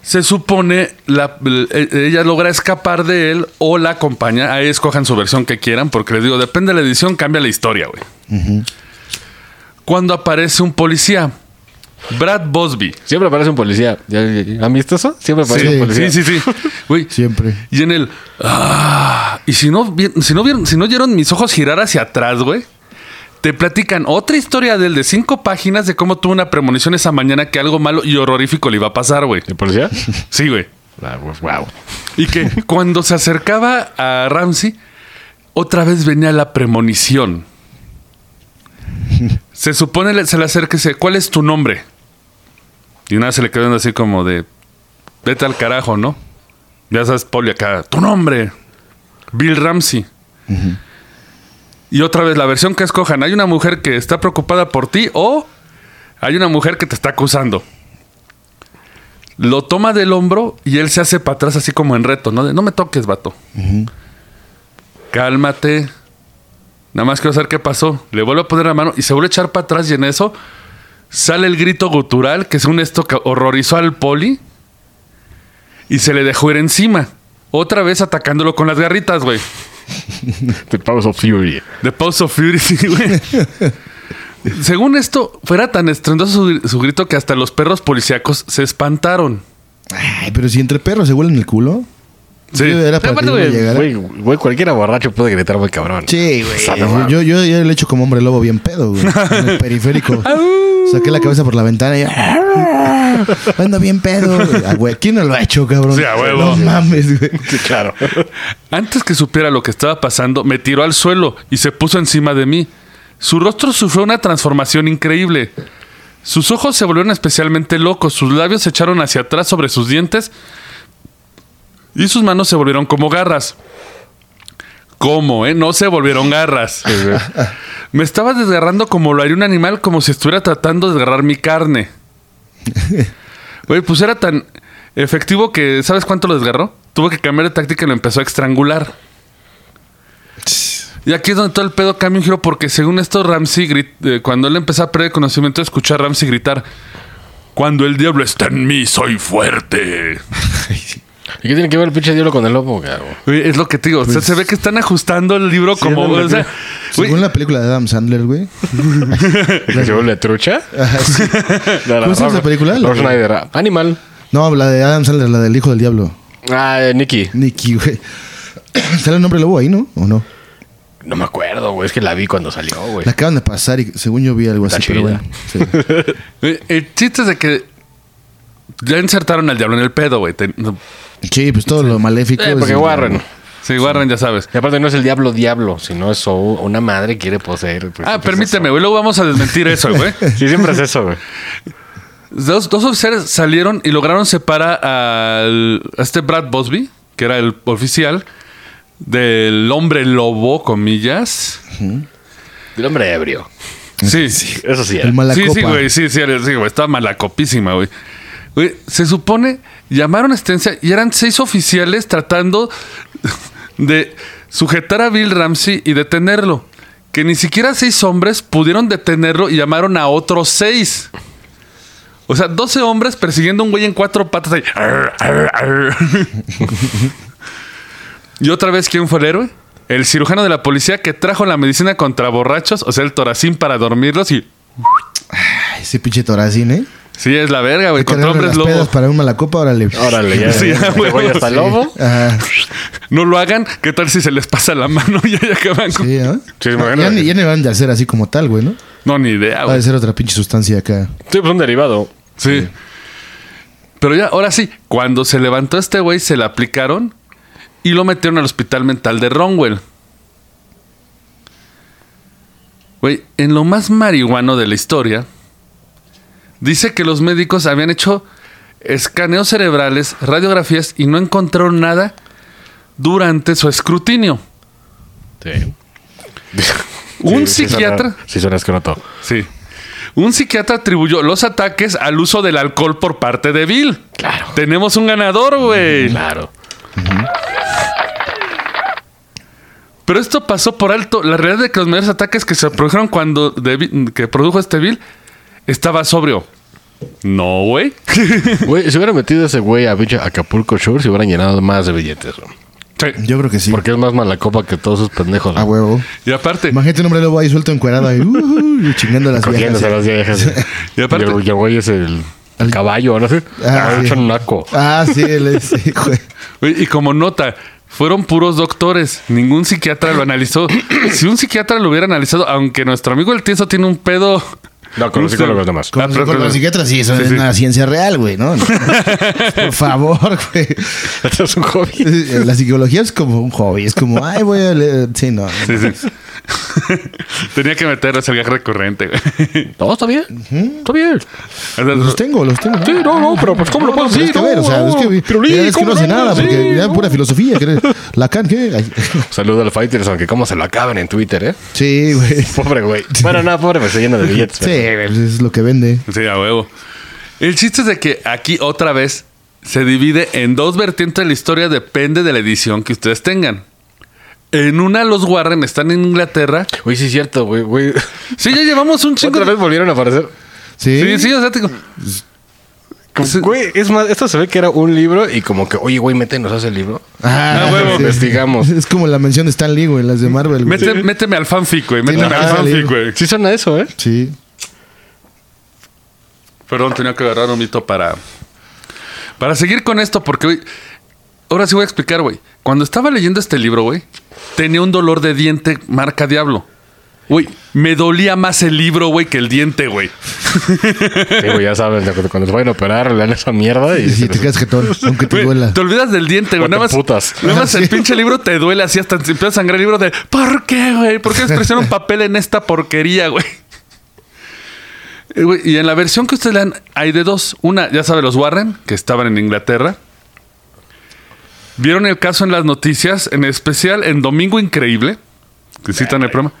se supone la- e- ella logra escapar de él o la acompaña. Ahí escojan su versión que quieran, porque les digo, depende de la edición, cambia la historia, güey. Cuando aparece un policía, Brad Bosby.
Siempre aparece un policía. ¿Ya- ya- ya- ¿Han visto eso? Siempre aparece
Sí.
un policía.
Sí, sí, sí. Güey,
Siempre.
Y en el. "Ah", y si no, vi- si, no vieron, si no oyeron mis ojos girar hacia atrás, güey. Te platican otra historia del de cinco páginas de cómo tuvo una premonición esa mañana que algo malo y horrorífico le iba a pasar, güey.
¿El policía?
Sí, güey.
Ah, pues, wow.
Y que cuando se acercaba a Ramsey, otra vez venía la premonición. Se supone, le- se le acerca y dice, ¿cuál es tu nombre? Y nada, se le quedan así como de, vete al carajo, ¿no? Ya sabes, Poli acá, tu nombre, Bill Ramsey. Y otra vez, la versión que escojan, hay una mujer que está preocupada por ti o hay una mujer que te está acusando lo toma del hombro y él se hace para atrás así como en reto, ¿no? De, no me toques, vato. Cálmate. Nada más quiero saber qué pasó. Le vuelve a poner la mano y se vuelve a echar para atrás y en eso sale el grito gutural que según esto ca- horrorizó al poli y se le dejó ir encima. Otra vez atacándolo con las garritas, güey.
The Powers of Fury.
The Pulse of Fury, sí, güey. Según esto, fuera tan estrendoso su, su grito que hasta los perros policíacos se espantaron.
Ay, pero si entre perros se huelen el culo.
Sí.
Yo era para que
Aparte,
yo no
güey,
llegara.
Güey, güey, cualquiera borracho puede gritar muy cabrón.
¿eh? Sí, güey.
O sea, no mames.
yo, yo, yo le echo como hombre lobo bien pedo, güey. En el periférico. Saqué la cabeza por la ventana y ando bien pedo. güey. Ah, güey. ¿Quién no lo ha hecho, cabrón?
Sí, a huevo.
No mames, güey.
Sí, claro.
Antes que supiera lo que estaba pasando, me tiró al suelo y se puso encima de mí. Su rostro sufrió una transformación increíble. Sus ojos se volvieron especialmente locos, sus labios se echaron hacia atrás sobre sus dientes y sus manos se volvieron como garras. ¿Cómo, eh? No se volvieron garras. Me estaba desgarrando como lo haría un animal, como si estuviera tratando de desgarrar mi carne. Güey, pues era tan efectivo que, ¿sabes cuánto lo desgarró? Tuvo que cambiar de táctica y lo empezó a estrangular. Y aquí es donde todo el pedo cambia un giro porque según esto Ramsey, grit- eh, cuando él empezó a perder conocimiento, escuchó a Ramsey gritar, cuando el diablo está en mí, soy fuerte.
¿Y qué tiene que ver el pinche diablo con el lobo, cabrón?
Güey, es lo que te digo, o sea, se ve que están ajustando el libro Pues como...
era lo
o sea, güey,
Según la película de Adam Sandler, güey. Ah,
¿Que se vuelve trucha? De la
¿Cómo se llama
Rob-
esa película?
Rob Schneider. Animal.
No, la de Adam Sandler, la del hijo del diablo.
Ah, eh, Nicky.
Nicky, güey. Sale el nombre lobo ahí, ¿no? ¿O no?
No me acuerdo, güey. Es que la vi cuando salió, güey.
La acaban de pasar y según yo vi algo
Pues
así,
Está
pero
chida.
bueno. sí.
güey, Eh, el chiste es de que ya insertaron al diablo en el pedo, güey. Ten- no,
Sí, pues todo lo maléfico.
Eh,
es-
porque Warren.
Sí, Warren, ya sabes.
Y aparte no es el diablo diablo, sino eso. Una madre quiere poseer. pues,
Ah,
siempre es
permíteme, güey, luego vamos a desmentir eso, güey.
eso. Sí, siempre es eso, güey.
Dos, dos oficiales salieron y lograron separar al, a este Brad Bosby, que era el oficial, del hombre lobo, comillas.
El hombre ebrio.
Sí, sí,
Eso sí era.
El mala
sí,
copa.
güey, sí, sí, sí, güey, estaba malacopísima, güey. Güey, se supone, llamaron a Estencia y eran seis oficiales tratando de sujetar a Bill Ramsey y detenerlo. Que ni siquiera seis hombres pudieron detenerlo y llamaron a otros seis. O sea, 12 hombres persiguiendo a un güey en cuatro patas ahí. Arr, arr, arr. y otra vez, ¿quién fue el héroe? El cirujano de la policía que trajo la medicina contra borrachos, o sea, el toracín para dormirlos y...
Ay, Ese pinche toracín, ¿eh?
Sí, es la verga, güey. Contra
Cargarle
hombres
las
lobo.
pedas para un malacopa, órale.
Órale, ya.
Sí,
Sí,
ya, güey,
voy hasta
sí.
lobo.
Ajá,
No lo hagan. ¿Qué tal si se les pasa la mano y ahí acaban con...
sí, ¿no?
Sí,
ya,
imagínate. Ah,
ni, ya ni van de hacer así como tal, güey, ¿no?
No, ni idea,
Va a
güey.
ser otra pinche sustancia acá.
Sí, pues un derivado.
Sí. Pero ya, ahora sí. Cuando se levantó este güey, se le aplicaron y lo metieron al hospital mental de Ronwell. Güey, en lo más marihuano de la historia, dice que los médicos habían hecho escaneos cerebrales, radiografías y no encontraron nada durante su escrutinio.
Sí.
Un
Sí, sí
psiquiatra.
suena- Sí, suena escroto.
Sí. Un psiquiatra atribuyó los ataques al uso del alcohol por parte de Bill.
Claro.
Tenemos un ganador, güey.
Claro.
Pero esto pasó por alto. La realidad de que los mayores ataques que se produjeron cuando de Bill- que produjo este Bill estaba sobrio. No, güey.
Güey, si hubiera metido ese güey a pinche Acapulco Shore, se hubieran llenado más de billetes. güey.
Sí.
Yo creo que sí. Ah,
Porque es más mala copa que todos esos pendejos.
A
güey.
huevo.
Y aparte,
Imagínate un hombre lobo ahí suelto encuerado ahí, uh, chingando a las
Cogiéndose a
viejas.
las viejas.
Y aparte-
el- el güey es el, el caballo, ¿no? sé.
Ah,
Ah,
sí.
un naco.
Ah, sí, le- sí, güey.
güey, y como nota, fueron puros doctores. Ningún psiquiatra lo analizó. si un psiquiatra lo hubiera analizado, aunque nuestro amigo el tieso tiene un pedo.
No, con los
Usted-
psicólogos nomás.
Con,
Ah, pero-
con los psiquiatras sí, eso
Sí,
es
sí.
una ciencia real, güey, ¿no? Por favor, güey. Eh,
Este es un hobby.
La psicología es como un hobby, es como, ay, voy a leer. Sí, no.
Sí, sí. Tenía que meterlo, es el gag recurrente, güey.
Todo está bien. Está bien.
O sea,
Los tengo, los tengo. ¿no?
Sí, no, no, pero pues, ¿cómo lo
No,
puedo
pero
decir?
es que, a ver, o sea, es que,
pero
ya
Lee,
ves que
¿cómo
no hace
no?
nada,
Sí,
porque ya
no.
pura filosofía. que- Lacan, ¿qué? Ay,
Saludo al Fighters, aunque cómo se lo acaban en Twitter, ¿eh?
Sí, güey.
Pobre güey. Bueno, nada, pobre, pues se llena de billetes.
Sí, güey, pues es lo que vende.
Sí, a huevo. El chiste es de que aquí otra vez se divide en dos vertientes de la historia, depende de la edición que ustedes tengan. En una los Warren están en Inglaterra.
Güey, sí es cierto, güey. güey.
Sí, ya llevamos un chingo.
Otra
de-
vez volvieron a aparecer.
Sí.
Sí, sí, o sea, te digo,
Como,
Sí.
Güey, es más, esto se ve que era un libro y como que, oye, güey, métenos a ese libro.
Ah,
Ah, huevo.
Investigamos.
Es como la mención de Stan Lee, güey, las de Marvel. güey.
mete- méteme al fanfic, güey.
Sí,
Méteme
no,
al
dale.
fanfic, güey.
Sí suena eso, ¿eh?
Sí.
Perdón, tenía que agarrar un mito para. Para seguir con esto, porque güey, Ahora sí voy a explicar, güey. Cuando estaba leyendo este libro, güey, tenía un dolor de diente marca Diablo. Güey, me dolía más el libro, güey, que el diente, güey.
Sí, güey, ya saben, de cuando, cuando se vayan a operar, le dan esa mierda y...
Y si te quedas jetón, aunque te
Güey,
duela.
Te olvidas del diente, güey.
Cuatro
Nada más,
putas.
nada más el pinche libro te duele así hasta te empieza a sangrar el libro de ¿Por qué, güey? ¿Por qué expresaron papel en esta porquería, güey? Eh, güey, Y en la versión que ustedes lean, hay de dos. Una, ya sabe, los Warren, que estaban en Inglaterra. Vieron el caso en las noticias, en especial en Domingo Increíble, que citan el programa.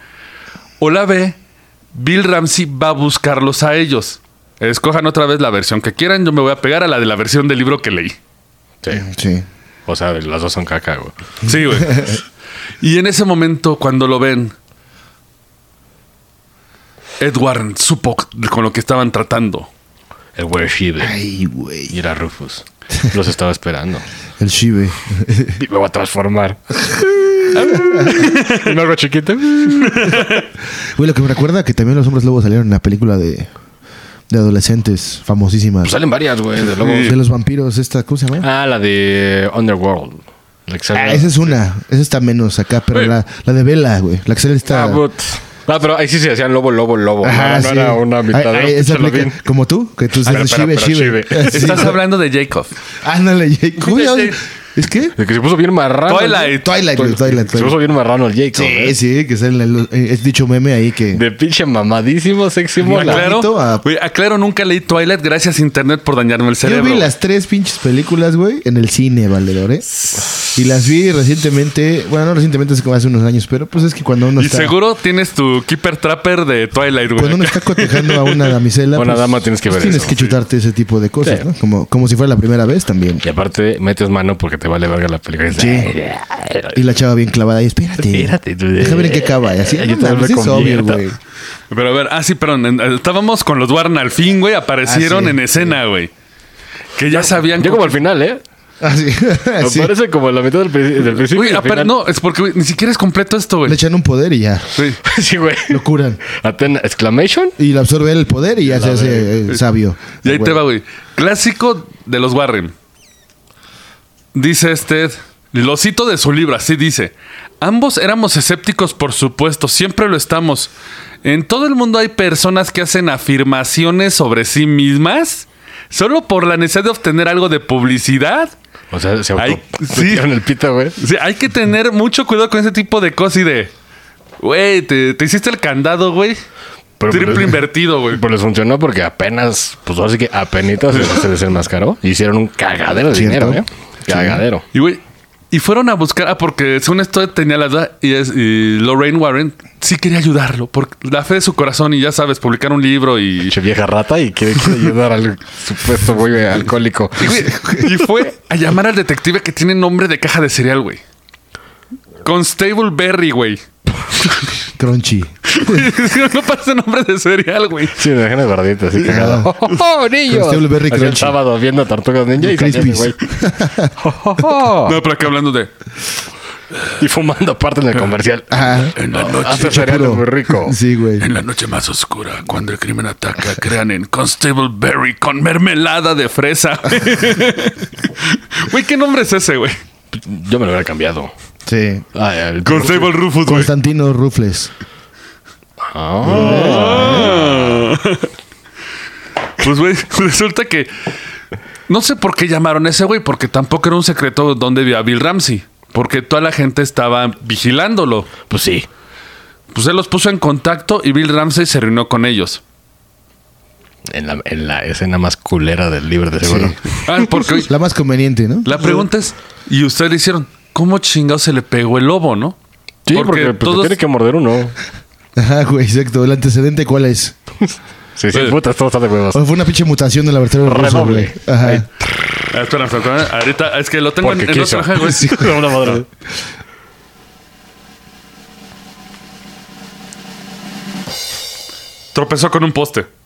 O la B, Bill Ramsey va a buscarlos a ellos. Escojan otra vez la versión que quieran. Yo me voy a pegar a la de la versión del libro que leí.
Sí.
Sí.
O sea, las dos son caca, güey.
Sí, güey. y en ese momento, cuando lo ven, Ed Warren supo con lo que estaban tratando.
El güey Shibe.
Ay, güey.
Y era Rufus. Los estaba esperando.
El Shibe.
Y me voy a transformar. Un algo chiquito.
Güey, lo que me recuerda que también los hombres lobos salieron en la película de, de adolescentes famosísima.
Pues salen varias, güey, de lobos.
de los vampiros, esta, ¿cómo se llama?
Ah, la de Underworld. La que sale-
Ah, esa es una. Esa está menos acá, pero la, la de Vela, güey. La que sale está.
Ah, but- Ah, pero ahí sí se hacían lobo, lobo, lobo.
Ajá,
no, no
sí.
era una mitad.
Ay,
era
ay,
un
esa
picholo
aplica-
bien.
Como tú, que tú
Ah,
dices
pero,
Shibe,
pero,
Shibe.
Shibe.
Sí,
Estás
güey.
hablando de Jacob.
Ándale, Jake. ¿Cómo ya- ¿Es que?
El que se puso bien marrano.
Twilight.
Twilight, güey, Twilight,
Se puso
Twilight.
bien marrano el Jacob.
Sí,
¿eh?
sí, que sale en el- eh, es dicho meme ahí que.
De pinche mamadísimo, sexy mola.
claro.
Aclaro,
a-
güey, aclaro, nunca leí Twilight. Gracias, Internet, por dañarme el
Ah. Yo
cerebro.
vi las tres pinches películas, güey, en el cine, valedor, ¿eh? Y las vi recientemente, bueno, no recientemente, es como hace unos años, pero pues es que cuando uno
y
está...
seguro tienes tu Keeper Trapper de Twilight, güey.
Cuando uno está cotejando a una damisela... pues,
Una dama tienes que ver
Tienes
eso,
que chutarte ese tipo de cosas,
Sí.
¿no? Como, como si fuera la primera vez también.
Y aparte, metes mano porque te vale verga la película.
Sí. Y la chava bien clavada ahí, espérate.
Espérate, tú- eh,
Déjame ver en qué acaba. Y así,
Yo
no
también
mames,
me
es obvio,
convierto.
güey.
Pero a ver, ah, sí, perdón. en- Estábamos con los Warren al fin, güey. Aparecieron
Ah, sí,
en escena, güey. Que ya sabían.
Yo como al final, ¿eh?
Así,
Me
así.
parece como la mitad del, pri- del principio.
Güey,
y el
apare-
final.
no, es porque güey, ni siquiera es completo esto,
Le
güey.
echan un poder y ya.
Sí.
sí, güey.
Lo curan.
Atena, exclamation.
Y le absorbe el poder y ya se hace eh, sabio.
Y ahí
Güey.
te va, güey. Clásico de los Warren. Dice este, lo cito de su libro, así dice. Ambos éramos escépticos, por supuesto, siempre lo estamos. En todo el mundo hay personas que hacen afirmaciones sobre sí mismas solo por la necesidad de obtener algo de publicidad.
O sea, se
Ay,
auto
sí.
sí. el pito, güey.
O sea, hay que tener mucho cuidado con ese tipo de cosas y de... Güey, te, te hiciste el candado, güey.
Pero- pues,
Triple
pero-
invertido, güey.
Pues les funcionó porque apenas, pues ahora sí que apenas se desenmascaró. Hicieron un cagadero de
Cierto.
dinero, ¿eh? Cagadero.
Y güey, y fueron a buscar, ah, porque según esto tenía la duda, y, es, y Lorraine Warren sí quería ayudarlo, por la fe de su corazón, y ya sabes, publicar un libro y.
Pinche vieja rata y quiere, quiere ayudar al supuesto güey alcohólico.
Y, güey, y fue a llamar al detective que tiene nombre de caja de cereal, güey. Constable Berry, güey.
Crunchy.
no parece nombre de cereal, güey.
Sí, me dejan gordito, así cagado.
Ah.
¡Oh, oh, oh, niños!
Constable Berry
Así el
Crunchy.
sábado viendo Tortugas Ninja y salía ese
Crispies.
güey. ¡Oh, oh, oh!
No, pero aquí hablando de.
Y fumando parte en el comercial.
Ajá.
En Ah, la
Hace
noche.
cereal
Puro.
muy rico.
Sí, güey.
En la noche más oscura, cuando el crimen ataca, crean en Constable Berry con mermelada de fresa. Güey, ¿qué nombre es ese, güey?
Yo me lo hubiera cambiado.
Sí.
Ah, el-
Constable Rufus, güey.
Constantino Rufles.
Ah.
Pues, güey, resulta que no sé por qué llamaron a ese güey, porque tampoco era un secreto dónde vivía Bill Ramsey, porque toda la gente estaba vigilándolo.
Pues sí.
Pues él los puso en contacto y Bill Ramsey se reunió con ellos.
En la, en la escena más culera del libro, de seguro.
Ah, porque güey,
La más conveniente, ¿no?
la pregunta es, y ustedes le hicieron, ¿cómo chingado se le pegó el lobo, no?
Sí, porque, pues, te tiene que morder uno.
Ajá, güey, exacto. ¿El antecedente cuál es?
Sí, sí,
Pero-
putas, todo está de huevos.
O fue una pinche mutación del laboratorio ruso,
Redoble.
güey. Ajá.
Ah, espera, espera, espera. Ahorita es que lo tengo en,
Porque
en
quiso.
otra hoja, güey.
Una madre.
Tropezó con un poste.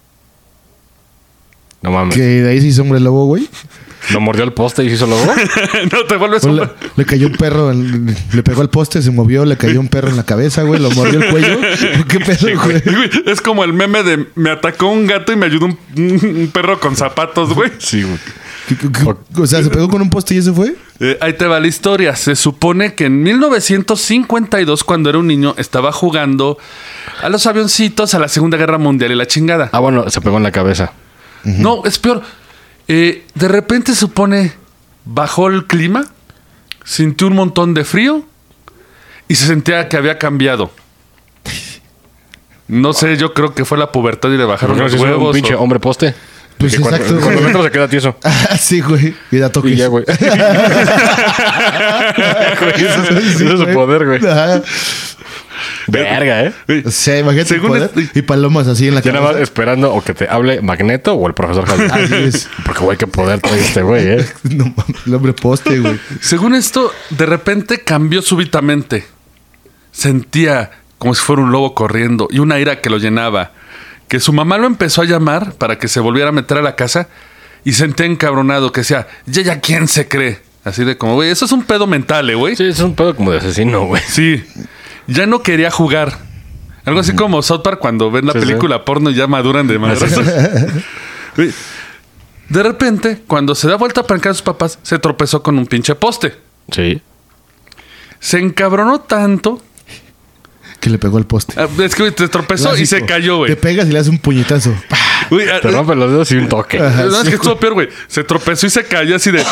No mames.
Que de ahí se hizo hombre lobo, güey.
¿Lo mordió el poste y se hizo lobo?
no te vuelves
O
un...
Le, le cayó un perro, en- le pegó al poste, se movió, le cayó un perro en la cabeza, güey, lo mordió el cuello. ¿Qué pedo, güey?
Güey, Es como el meme de me atacó un gato y me ayudó un, un perro con zapatos, güey.
Sí, güey.
¿Qué- qué- qué- O sea, se pegó con un poste y eso fue.
Eh, ahí te va la historia. Se supone que en 1952, cuando era un niño, estaba jugando a los avioncitos a la Segunda Guerra Mundial y la chingada.
Ah, bueno, se pegó en la cabeza.
No, es peor. Eh, de repente supone bajó el clima, sintió un montón de frío y se sentía que había cambiado. No sé, yo creo que fue la pubertad y le
¿Por
bajaron
qué no
los
se hizo un
huevos.
pinche
o-
hombre poste?
Pues
Que cuando-
exacto,
Cuando
güey.
metro se queda tieso.
Ah, sí, güey. Y da toques.
Y ya, güey. Güey, Eso es
Sí,
eso es su
güey.
poder, güey.
Ajá.
Verga, ¿eh?
Güey,
O sea, imagínate
Según
poder
este-
y palomas así en la
Yo nada más
cabeza.
esperando o que te hable Magneto o el profesor
Así
Javier.
es.
Porque, güey, qué poder trae este güey, ¿eh?
No mames, el hombre poste, güey.
Según esto, de repente cambió súbitamente. Sentía como si fuera un lobo corriendo y una ira que lo llenaba. Que su mamá lo empezó a llamar para que se volviera a meter a la casa y sentía encabronado que decía, ¿y ella quién se cree? Así de como, güey, eso es un pedo mental, eh, güey.
Sí, es un pedo como de asesino, güey.
Sí. Ya no quería jugar. Algo así como South Park cuando ven la
Sí, sí.
película porno y ya maduran de madrazos. Güey, de repente, cuando se da vuelta para encarar a sus papás, se tropezó con un pinche poste.
Sí.
Se encabronó tanto.
Que le pegó al poste.
Ah, Es que güey, te tropezó y se
Clásico.
cayó,
Te
güey.
pegas y le das un puñetazo.
Güey, ah,
Te
eh,
rompen los dedos y un toque.
Ajá,
no, es
sí,
que estuvo peor, güey. Se tropezó y se cayó así de.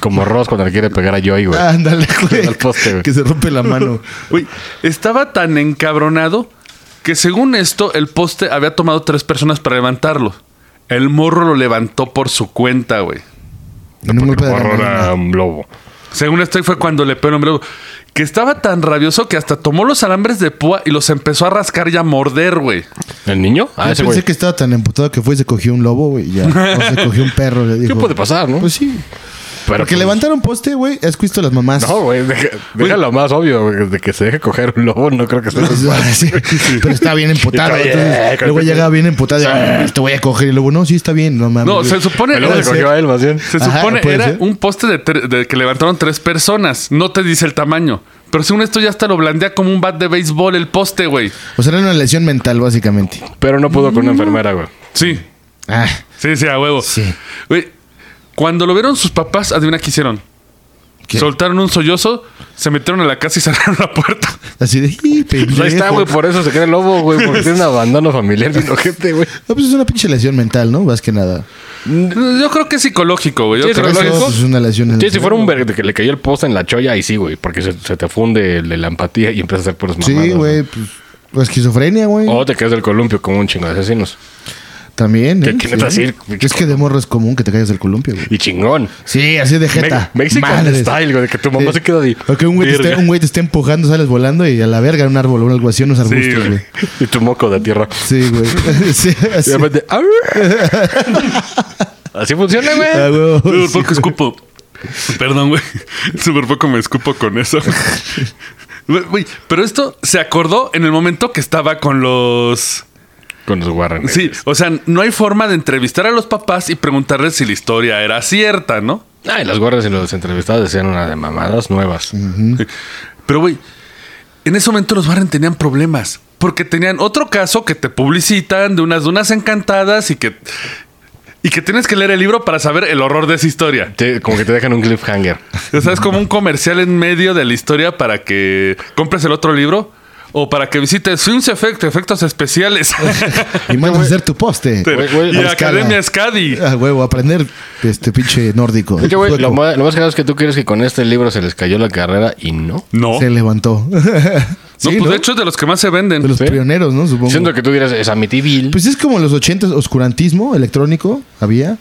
Como Ross cuando le quiere pegar a Joy, güey.
Ah, Ándale, güey.
Al poste, güey.
Que se rompe la mano.
Güey, estaba tan encabronado que según esto, el poste había tomado tres personas para levantarlo. El morro lo levantó por su cuenta, güey.
En un golpe de la
Horror
mano.
a un lobo.
Según esto, ahí fue cuando le pegó el hombre. Que estaba tan rabioso que hasta tomó los alambres de púa y los empezó a rascar y a morder, güey.
¿El niño? Ah,
Yo
ese
pensé
güey.
que estaba tan emputado que fue y se cogió un lobo, güey. y Ya. O se cogió un perro. Le dijo,
¿Qué puede pasar, no?
Pues sí.
Pero
Porque
pues-
levantaron poste, güey. Has visto las mamás.
No, güey. deja- Deja lo más obvio, güey. De que se deje coger un lobo, no creo que sea.
Pues, ahora sí. Pero estaba bien emputado.
Y eh, está
entonces,
bien,
luego
creo que-
llegaba bien emputado. y, Te voy a coger. Y luego, no, sí, está bien. No mames.
No,
güey.
se supone.
El lobo
era-
se
ser.
cogió a él, más bien.
Se
Ajá,
supone
puede
era
ser.
un poste de, tre- de que levantaron tres personas. No te dice el tamaño. Pero según esto ya hasta lo blandea como un bat de béisbol el poste, güey.
O sea, era una lesión mental, básicamente.
Pero no pudo con
Mm.
una enfermera, güey.
Sí.
Ah,
Sí, sí, a huevo.
Sí.
Güey, cuando lo vieron sus papás, adivina qué hicieron.
¿Qué?
Soltaron un sollozo, se metieron a la casa y cerraron la puerta.
así de. "Ih,
Pues
pendejo".
Ahí está, güey, por eso se cree el lobo, güey, porque tiene un abandono familiar bien ojete, güey.
No, pues es una pinche lesión mental, ¿no? Más que nada. Mm.
Yo creo que es psicológico, güey. Yo
Sí,
creo
Eso
que-
lógico.
es una lesión.
Sí, si fuera un verde que le cayó el poste en la cholla, ahí sí, güey, porque se, se te funde el de la empatía y empiezas a hacer puros mamadas.
Sí, güey. Pues, o esquizofrenia, güey.
O te caes del columpio como un chingo de asesinos.
También.
Que-
¿eh?
que neta, sí.
Es que de morro es común que te caigas del columpio, güey.
Y chingón.
Sí, así de jeta.
Me- Mexican
Madres.
style, güey, de que tu mamá se queda de-
O que un güey, te
Verga.
esté, un güey te esté empujando, sales volando y a la verga, un árbol, o algo así, unos arbustos,
güey.
güey.
Y tu moco de tierra.
Sí, güey. Sí,
Y
así.
de repente, "Arr". Así funciona,
Ah, güey,
güey.
Súper
sí,
pues,
poco
güey.
escupo. Perdón, güey. Súper poco me escupo con eso. Güey, güey, pero esto se acordó en el momento que estaba con los...
Con los guarren.
Sí, o sea, no hay forma de entrevistar a los papás y preguntarles si la historia era cierta, ¿no?
Ay, las guardias y los entrevistados decían una de mamadas nuevas.
Pero, güey, en ese momento los Barren tenían problemas. Porque tenían otro caso que te publicitan de unas dunas encantadas y que... Y que tienes que leer el libro para saber el horror de esa historia.
Te- como que te dejan un cliffhanger.
O sea, es como un comercial en medio de la historia para que compres el otro libro o para que visites Films Effect, efectos especiales
Y mandas a hacer tu poste.
Güey, güey,
y
a
Academia Scadi.
Ah, huevo, aprender este pinche nórdico.
Oye, güey, lo,
Sueco.
más- lo más grave es que tú crees que con este libro se les cayó la carrera y no.
No,
Se
no
levantó. Sí,
pues
¿no?
de hecho es de los que más se venden.
De los
Sí.
pioneros, ¿no? Supongo.
Siento que tú dirás, es Amityville. Pues,
Pues es como los ochentas, oscurantismo electrónico había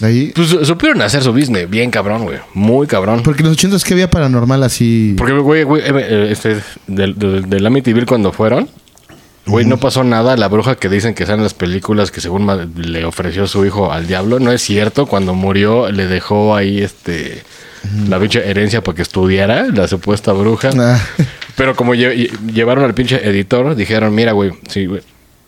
ahí.
su- Pues, supieron hacer su business bien cabrón, güey. Muy cabrón.
Porque en los ochentas que había paranormal así.
Porque, güey, güey, eh, eh, este, del, del- del Amityville cuando fueron, güey, no pasó nada. La bruja que dicen que salen las películas que según ma- le ofreció su hijo al diablo, no es cierto. Cuando murió, le dejó ahí este la pinche herencia para que estudiara, la supuesta bruja.
Ah,
Pero como lle- lle- llevaron al pinche editor, dijeron, mira, güey, sí, güey.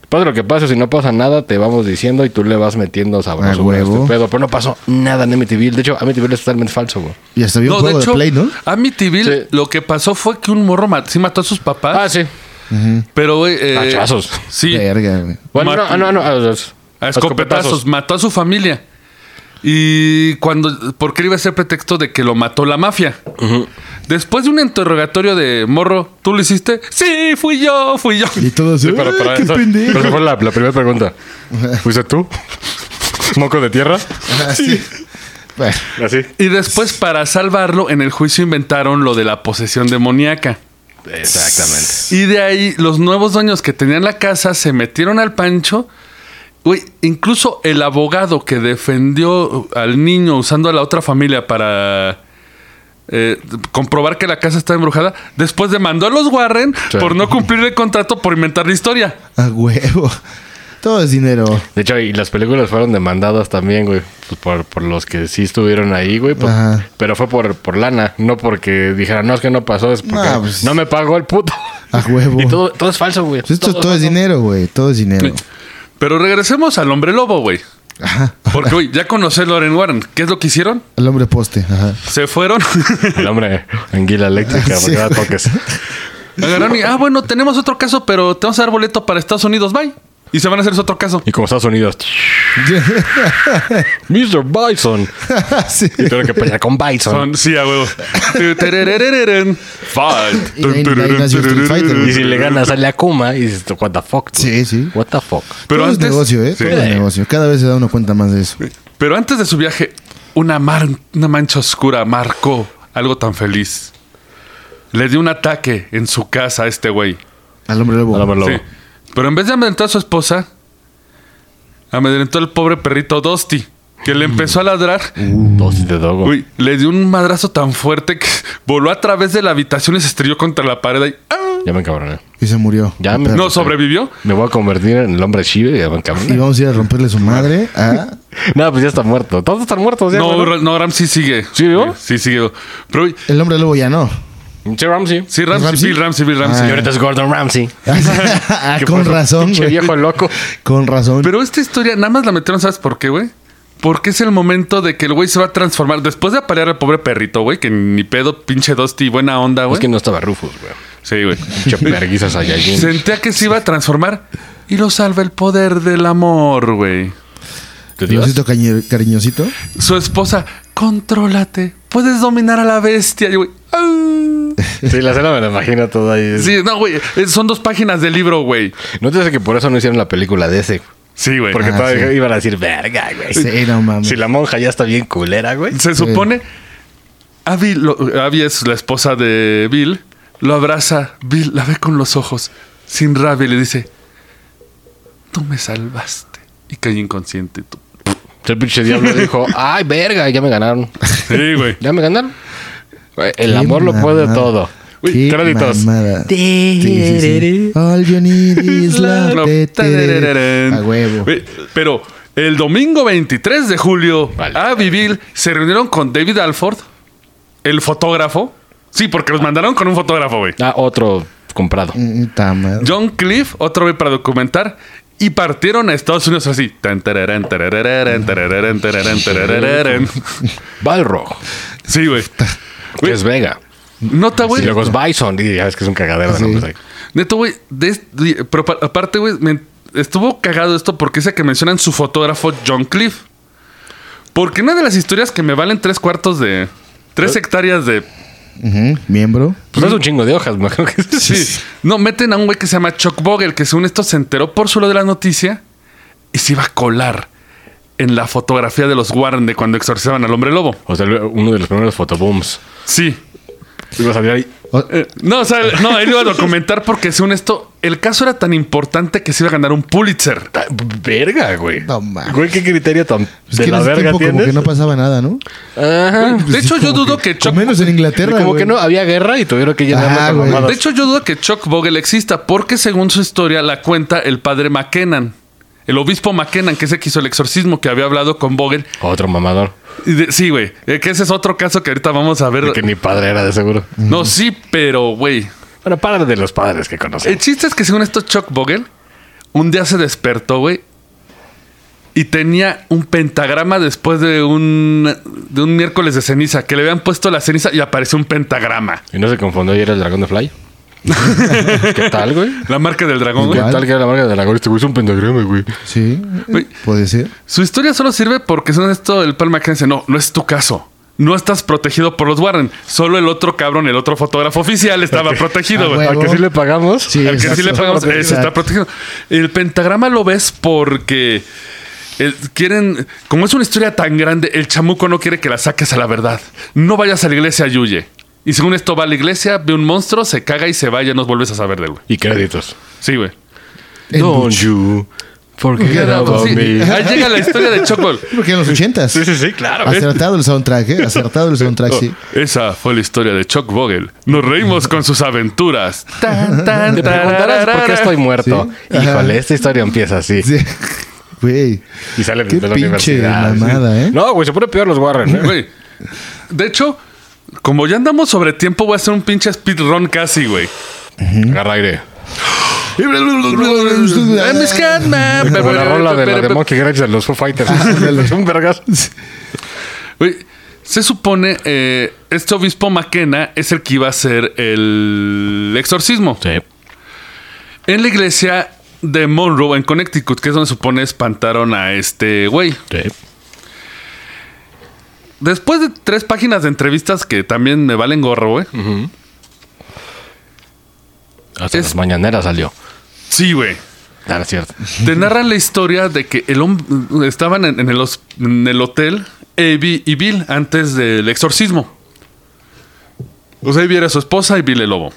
Pasa lo que pase, si no pasa nada, te vamos diciendo y tú le vas metiendo
Ah,
sabroso güey, a
huevo.
este pedo. Pero no pasó nada en Amityville. De hecho, Amityville es totalmente falso, güey.
y hasta había un
No, de
juego de,
hecho,
Play, ¿no?
Amityville
Sí.
lo que pasó fue que un morro mat- sí mató a sus papás,
Ah, sí.
pero güey, eh,
Hachazos.
Sí,
Verga, güey.
Bueno, no,
Martin.
ah, no, no, a los-
a
a
escopetazos, mató a su familia. Y cuando, porque iba a ser pretexto de que lo mató la mafia. Después de un interrogatorio de morro, ¿tú lo hiciste? Sí, fui yo, fui yo.
Y todos.
Sí, pero,
"Ay,
pero
qué
eso-
pendejo".
pero esa fue la, la primera pregunta. ¿Fuiste tú? ¿Moco de tierra?
Ah, sí. Bueno,
Así.
Y después, para salvarlo, en el juicio inventaron lo de la posesión demoníaca.
Exactamente.
Y de ahí, los nuevos dueños que tenían la casa se metieron al pancho. Güey, incluso el abogado que defendió al niño usando a la otra familia para eh, comprobar que la casa está embrujada. Después demandó a los Warren
Sí.
por no cumplir el contrato por inventar la historia.
A huevo. Todo es dinero.
De hecho, y las películas fueron demandadas también, güey. Pues por, por los que sí estuvieron ahí, güey. pues,
Ajá.
pero fue por, por lana, no porque dijeran, no, es que no pasó, es porque
No,
no,
pues-
me pagó el puto.
A huevo.
Y todo, todo es falso, güey.
Pues esto todo, es
falso.
dinero, güey. Todo es dinero.
Pero regresemos al hombre lobo, güey.
Ajá.
Porque, güey, ya conocí a Loren Warren. ¿Qué es lo que hicieron?
El hombre poste. Ajá.
Se fueron.
El hombre anguila eléctrica,
Sí,
porque da
güey.
toques.
Agarraron y, ah, bueno, tenemos otro caso, pero te vamos a dar boleto para Estados Unidos. Bye. Y se van a hacer su otro caso.
Y como Estados Unidos, Mr. Bison.
Sí.
Y tuvieron que pelear con Bison.
Son- sí, a huevo. Terererereren. Fight.
Y ahí- ahí nació Street Fighter,
Y si le ganas sale a Kuma y dices, what the fuck. tú?
Sí, sí.
What the fuck.
Pero
todo
antes,
es negocio, ¿eh?
Sí.
Todo es negocio. Cada vez se da uno cuenta más de eso.
Pero antes de su viaje, una, mar- una mancha oscura marcó algo tan feliz. Le dio un ataque en su casa a este güey.
Al hombre lobo.
Al hombre lobo.
Sí. Pero en vez de amedrentar a su esposa, amedrentó al pobre perrito Dusty, que
Mm.
le empezó a ladrar.
Dos Uh. de dogo.
Uy, le dio un madrazo tan fuerte que voló a través de la habitación y se estrelló contra la pared. ahí. ¡Ah!
Ya me encabroné.
Y se murió.
Ya me-
No sobrevivió.
Me voy a convertir en el hombre Shive y ya me
Y
encabroné.
vamos a ir a romperle su madre a...
No, pues ya está muerto. Todos están muertos ya.
No,
güey,
Ra- no, Ramsey sigue.
¿Sí vivo?
Sí, sigue. Pero, uy,
El hombre lobo ya no.
Sí, Ramsey.
sí, Ramsey,
¿Ramsey?
Bill Ramsey, Bill Ramsey.
Y ahorita es Gordon Ramsey.
Ah,
¿Qué
con
pasó?
razón,
Pinche
güey.
viejo loco.
Con razón.
Pero esta historia nada más la metieron, ¿sabes por qué, güey? Porque es el momento de que el güey se va a transformar. Después de apalear al pobre perrito, güey, que ni pedo, pinche Dusty, buena onda, güey.
Es que no estaba Rufus, güey.
Sí, güey.
Pinche perguizas a Yajin.
Sentía que se iba a transformar y lo salva el poder del amor, güey.
Diosito cañe- cariñosito.
Su esposa, contrólate, puedes dominar a la bestia. Y, güey, "Ah".
Sí, la escena me la imagino toda ahí.
Sí, no, güey, eh, son dos páginas del libro, güey.
No te dice que por eso no hicieron la película de ese.
Sí, güey.
Porque
Ah,
todavía
sí.
iban a decir, verga, güey.
Sí, no mames.
Si la monja ya está bien culera, güey.
Se supone. Abby, lo- Abby es la esposa de Bill. Lo abraza. Bill la ve con los ojos, sin rabia, y le dice: Tú me salvaste. Y cae inconsciente. Tú.
El pinche diablo dijo, ay, verga, ya me ganaron.
Sí, güey.
Ya me ganaron. Güey, El
Qué
amor lo puede
mamada.
todo. Uy,
Qué
créditos.
mamada. Sí, sí, sí. All you need is love. Te, te, te. A huevo.
Güey, Pero el domingo 23 de julio,
Vale.
Abby y Bill se reunieron con David Alford, el fotógrafo. Sí, porque los mandaron con un fotógrafo, güey.
Ah, otro comprado.
Mm, ta madre.
John Cliff, otro güey para documentar. Y partieron a Estados Unidos así. Tan, tararán, tarararán, tarararán, tararán, tarararán.
Balrog,
Sí, güey.
que es Vega.
Nota,
Y
güey.
luego es Bison. Y ya ves que es un cagadero de
Ah, Sí.
nombres ahí.
Neto, güey. de est- de- pero pa- aparte, güey, me estuvo cagado esto porque dice que mencionan su fotógrafo John Cliff. Porque una de las historias que me valen tres cuartos de. Tres hectáreas de.
Ujú, Miembro.
Pues es un chingo de hojas, me imagino que es.
Sí. No, meten a un güey que se llama Chuck Vogel, que según esto se enteró por su lado de la noticia y se iba a colar en la fotografía de los Warren de cuando exorcizaban al hombre lobo.
O sea, uno de los primeros fotobooms.
Sí.
Iba a salir ahí.
O-
Eh, no, o sea, no, él iba a documentar porque según esto, el caso era tan importante que se iba a ganar un Pulitzer.
Ta- Verga, güey.
No mames.
Güey, qué criterio tan
pues que
de
en
la
ese
verga
tiempo como que
tienes.
no pasaba nada, ¿no? Pues
Ajá.
De hecho, yo dudo Ah, pues, que,
O
Chuck.
menos en Inglaterra,
Como
güey.
que no, había guerra y tuvieron que llenar
Ah,
las
güey.
mamadas.
De hecho, yo dudo que Chuck Vogel exista porque según su historia la cuenta el padre McKennan. El obispo McKennan, que se quiso el exorcismo, que había hablado con Vogel.
Otro mamador.
Y de- sí, güey. eh, que ese es otro caso que ahorita vamos a ver.
Que mi padre era de seguro.
Mm.
No, sí, pero, güey.
Bueno, padre de los padres que
El
conocí.
chiste es que según esto, Chuck Vogel, un día se despertó, güey, y tenía un pentagrama después de un, de un miércoles de ceniza, que le habían puesto la ceniza y apareció un pentagrama.
Y no se confundió y era el dragón de Fly. ¿Qué tal, güey?
La marca del dragón,
¿Qué
güey.
¿Cuál?
tal que era la marca de dragón? Este güey es un pentagrama, güey.
Sí,
Güey.
puede ser.
Su historia solo sirve porque según esto, el Palma dice, no, no es tu caso. No estás protegido por los Warren. Solo el otro cabrón, el otro fotógrafo oficial estaba protegido,
Ah,
güey.
güey.
¿Al que sí le pagamos?
Sí,
Al que sí le
exacto.
pagamos, ese está protegido. El pentagrama lo ves porque el- quieren, como es una historia tan grande, el chamuco no quiere que la saques a la verdad. No vayas a la iglesia, Yuye. Y según esto va a la iglesia, ve un monstruo, se caga y se va, ya no vuelves a saber de él, güey.
Y créditos.
Sí, güey.
El
Don't
Duch.
you Porque
Era- pues sí, Ahí llega la historia de Chocol.
Porque en los ochentas.
Sí, sí, sí, Oh. claro.
Acertado el soundtrack, ¿eh? Acertado el soundtrack, sí.
Esa fue la historia de Chuck Vogel. Nos reímos con sus aventuras. Tan, tan,
Te preguntarás por qué estoy muerto.
Sí. Ajá.
Híjole, esta historia empieza así.
Sí. Güey.
Y sale
Qué
de la
pinche
universidad.
mamada, ¿eh?
No, güey, se pone peor los Warren. ¿eh?
Güey, De hecho, como ya andamos sobre tiempo, voy a hacer un pinche speedrun casi, güey.
Agarra aire.
I'm a Scatman.
Como la rola de la de Monkey Greg de los Foo Fighters.
Ah,
Es un vergas.
Güey, Se supone eh, este obispo Maquena es el que iba a hacer el exorcismo.
Sí.
En la iglesia de Monroe, en Connecticut, que es donde supone espantaron a este güey.
Sí.
Después de tres páginas de entrevistas que también me valen gorro, güey.
Hasta
Es-
las mañaneras salió.
Sí, güey.
Claro, Ah, es cierto.
Te narran la historia de que el hom- estaban en, en el, hos- en el hotel Abby y Bill antes del exorcismo. O sea, Abby era su esposa y Bill el lobo.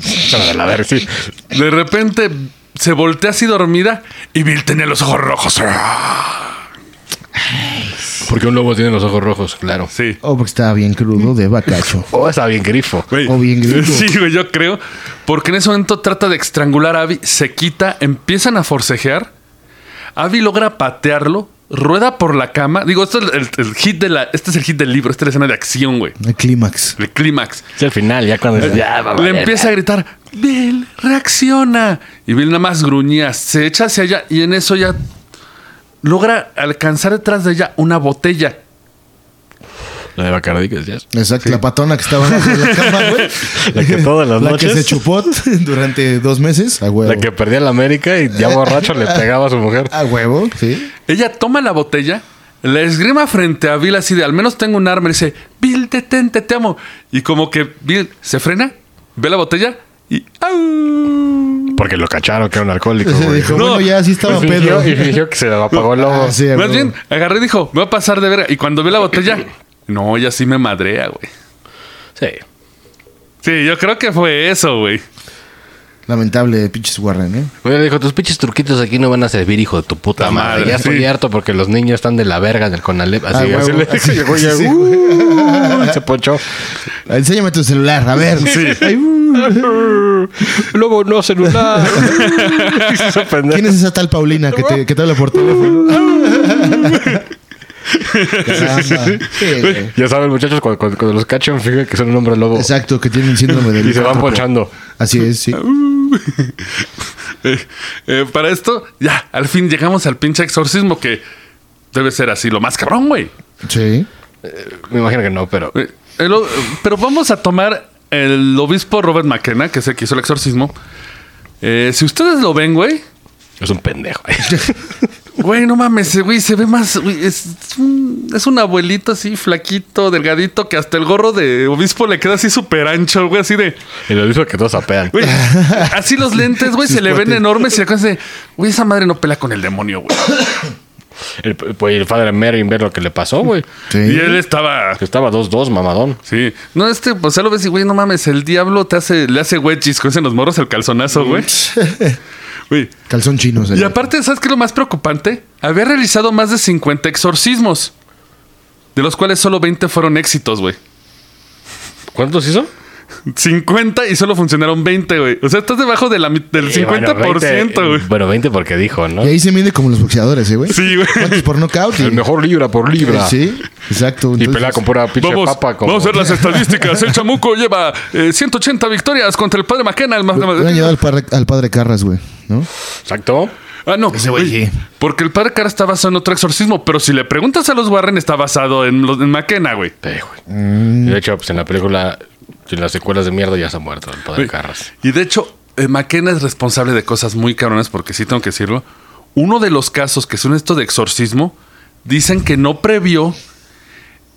Son de la verga, sí.
De repente se voltea así dormida y Bill tenía los ojos rojos.
Porque un lobo tiene los ojos rojos, claro.
Sí.
O Oh, porque estaba bien crudo de bacacho.
Oh, está bien grifo.
Güey.
O bien gringo.
Sí, güey, yo creo. Porque en ese momento trata de estrangular a Abby, se quita, empiezan a forcejear. Abby logra patearlo, rueda por la cama. Digo, esto es el, el- el hit de la, este es el hit del libro, esta es la escena de acción, güey.
El clímax.
El clímax.
Sí, al final, ya cuando... Ya, va a
Le
valer.
empieza a gritar, Bill, reacciona. Y Bill nada más gruñía, se echa hacia allá y en eso ya logra alcanzar detrás de ella una botella.
La de Bacardi, que decías.
Exacto, la patona que estaba abajo de la cama, güey.
La que todas las
La
noches...
que se chupó durante dos meses. A huevo. Ah.
La que perdía la América y ya borracho le pegaba a su mujer.
A huevo, sí.
Ella toma la botella, la esgrima frente a Bill así de al menos tengo un arma y dice, Bill, detente, te amo. Y como que Bill se frena, ve la botella y... ¡au!
Porque lo cacharon que era un alcohólico,
Se
güey.
dijo,
No.
bueno, ya sí estaba
Y
pedo.
Pues fingió, y fingió que se lo apagó el lobo.
Ah, sí, a
Más
huevo.
bien, agarré y dijo, me va a pasar de verga. Y cuando ve la botella, no, ella sí me madrea, güey.
Sí.
Sí, yo creo que fue eso, güey.
Lamentable, pinches Warren, ¿eh?
Oye, le dijo, tus pinches truquitos aquí no van a servir, hijo de tu puta
La
madre.
madre,
Ya estoy
sí.
harto porque los niños están de la verga del Conalep.
Ah,
Así,
huevo,
así le dijo,
así,
llegó y ya,
sí,
"Uh", se ponchó.
Enséñame tu celular, a ver. Ay,
Luego no celular. Y se hizo pendejo.
¿Quién es esa tal Paulina que te, que te habla por teléfono? Caramba. Sí, güey.
Ya saben, muchachos, cuando, cuando- cuando los cachan, fíjense que son un hombre lobo.
Exacto, que tiene un síndrome de
Y se van ponchando.
Así es, sí.
Eh, eh, para esto, ya, al fin llegamos al pinche exorcismo que debe ser así, lo más cabrón, güey.
Sí.
Me imagino que no, pero.
Eh, el o- pero vamos a tomar el obispo Robert McKenna, que es el que hizo el exorcismo. Eh, si ustedes lo ven, güey,
Es un pendejo.
güey, no mames, eh, güey, se ve más. güey, es, es un, es un abuelito así, flaquito, delgadito, que hasta el gorro de obispo le queda así súper ancho, güey, así de.
y lo dijo que todos apean.
Güey, así los lentes, güey,
Sí,
se le ven
cuate.
enormes y acuérdense, güey, esa madre no pela con el demonio, güey.
El, pues, el padre Merrin ver lo que le pasó, güey.
Sí.
Y él estaba
Que estaba 2-2, mamadón.
Sí. No, este, pues ya lo ves y, güey, no mames, el diablo te hace, le hace wedgies con ese en los morros el
Mm.
calzonazo, güey. Güey.
Calzón chino. se
Y
ve.
aparte, ¿sabes qué es lo más preocupante? Había realizado más de 50 exorcismos, de los cuales solo 20 fueron éxitos, güey.
¿Cuántos hizo?
50 y solo funcionaron 20, güey. O sea, estás debajo de la mit- del
Eh,
50%, güey.
Bueno, mm, 20 porque dijo, ¿no?
Y ahí se mide como los boxeadores, ¿eh, güey?
Sí, güey.
¿Cuántos por knockout?
El
Y-
mejor libra por libra.
Sí, exacto.
Y
entonces- pues,
pelea con pura pinche
Vamos,
papa. Como...
vamos a ver las estadísticas. El chamuco lleva eh, 180 victorias contra el padre Maquena. El más,
Hubieran llevado al, padre- al padre Carras, güey, ¿no?
Exacto.
Ah, no.
Ese güey,
Oye,
sí.
Porque el padre Cara está basado en otro exorcismo, pero si le preguntas a los Warren, está basado en, los, en McKenna, güey.
Sí, güey.
Mm.
De hecho, pues en la película, en las secuelas de mierda ya se ha muerto el padre
Güey,
Ah, Carras.
Y de hecho, eh, McKenna es responsable de cosas muy cabronas, porque sí tengo que decirlo. Uno de los casos que son esto de exorcismo, dicen que no previó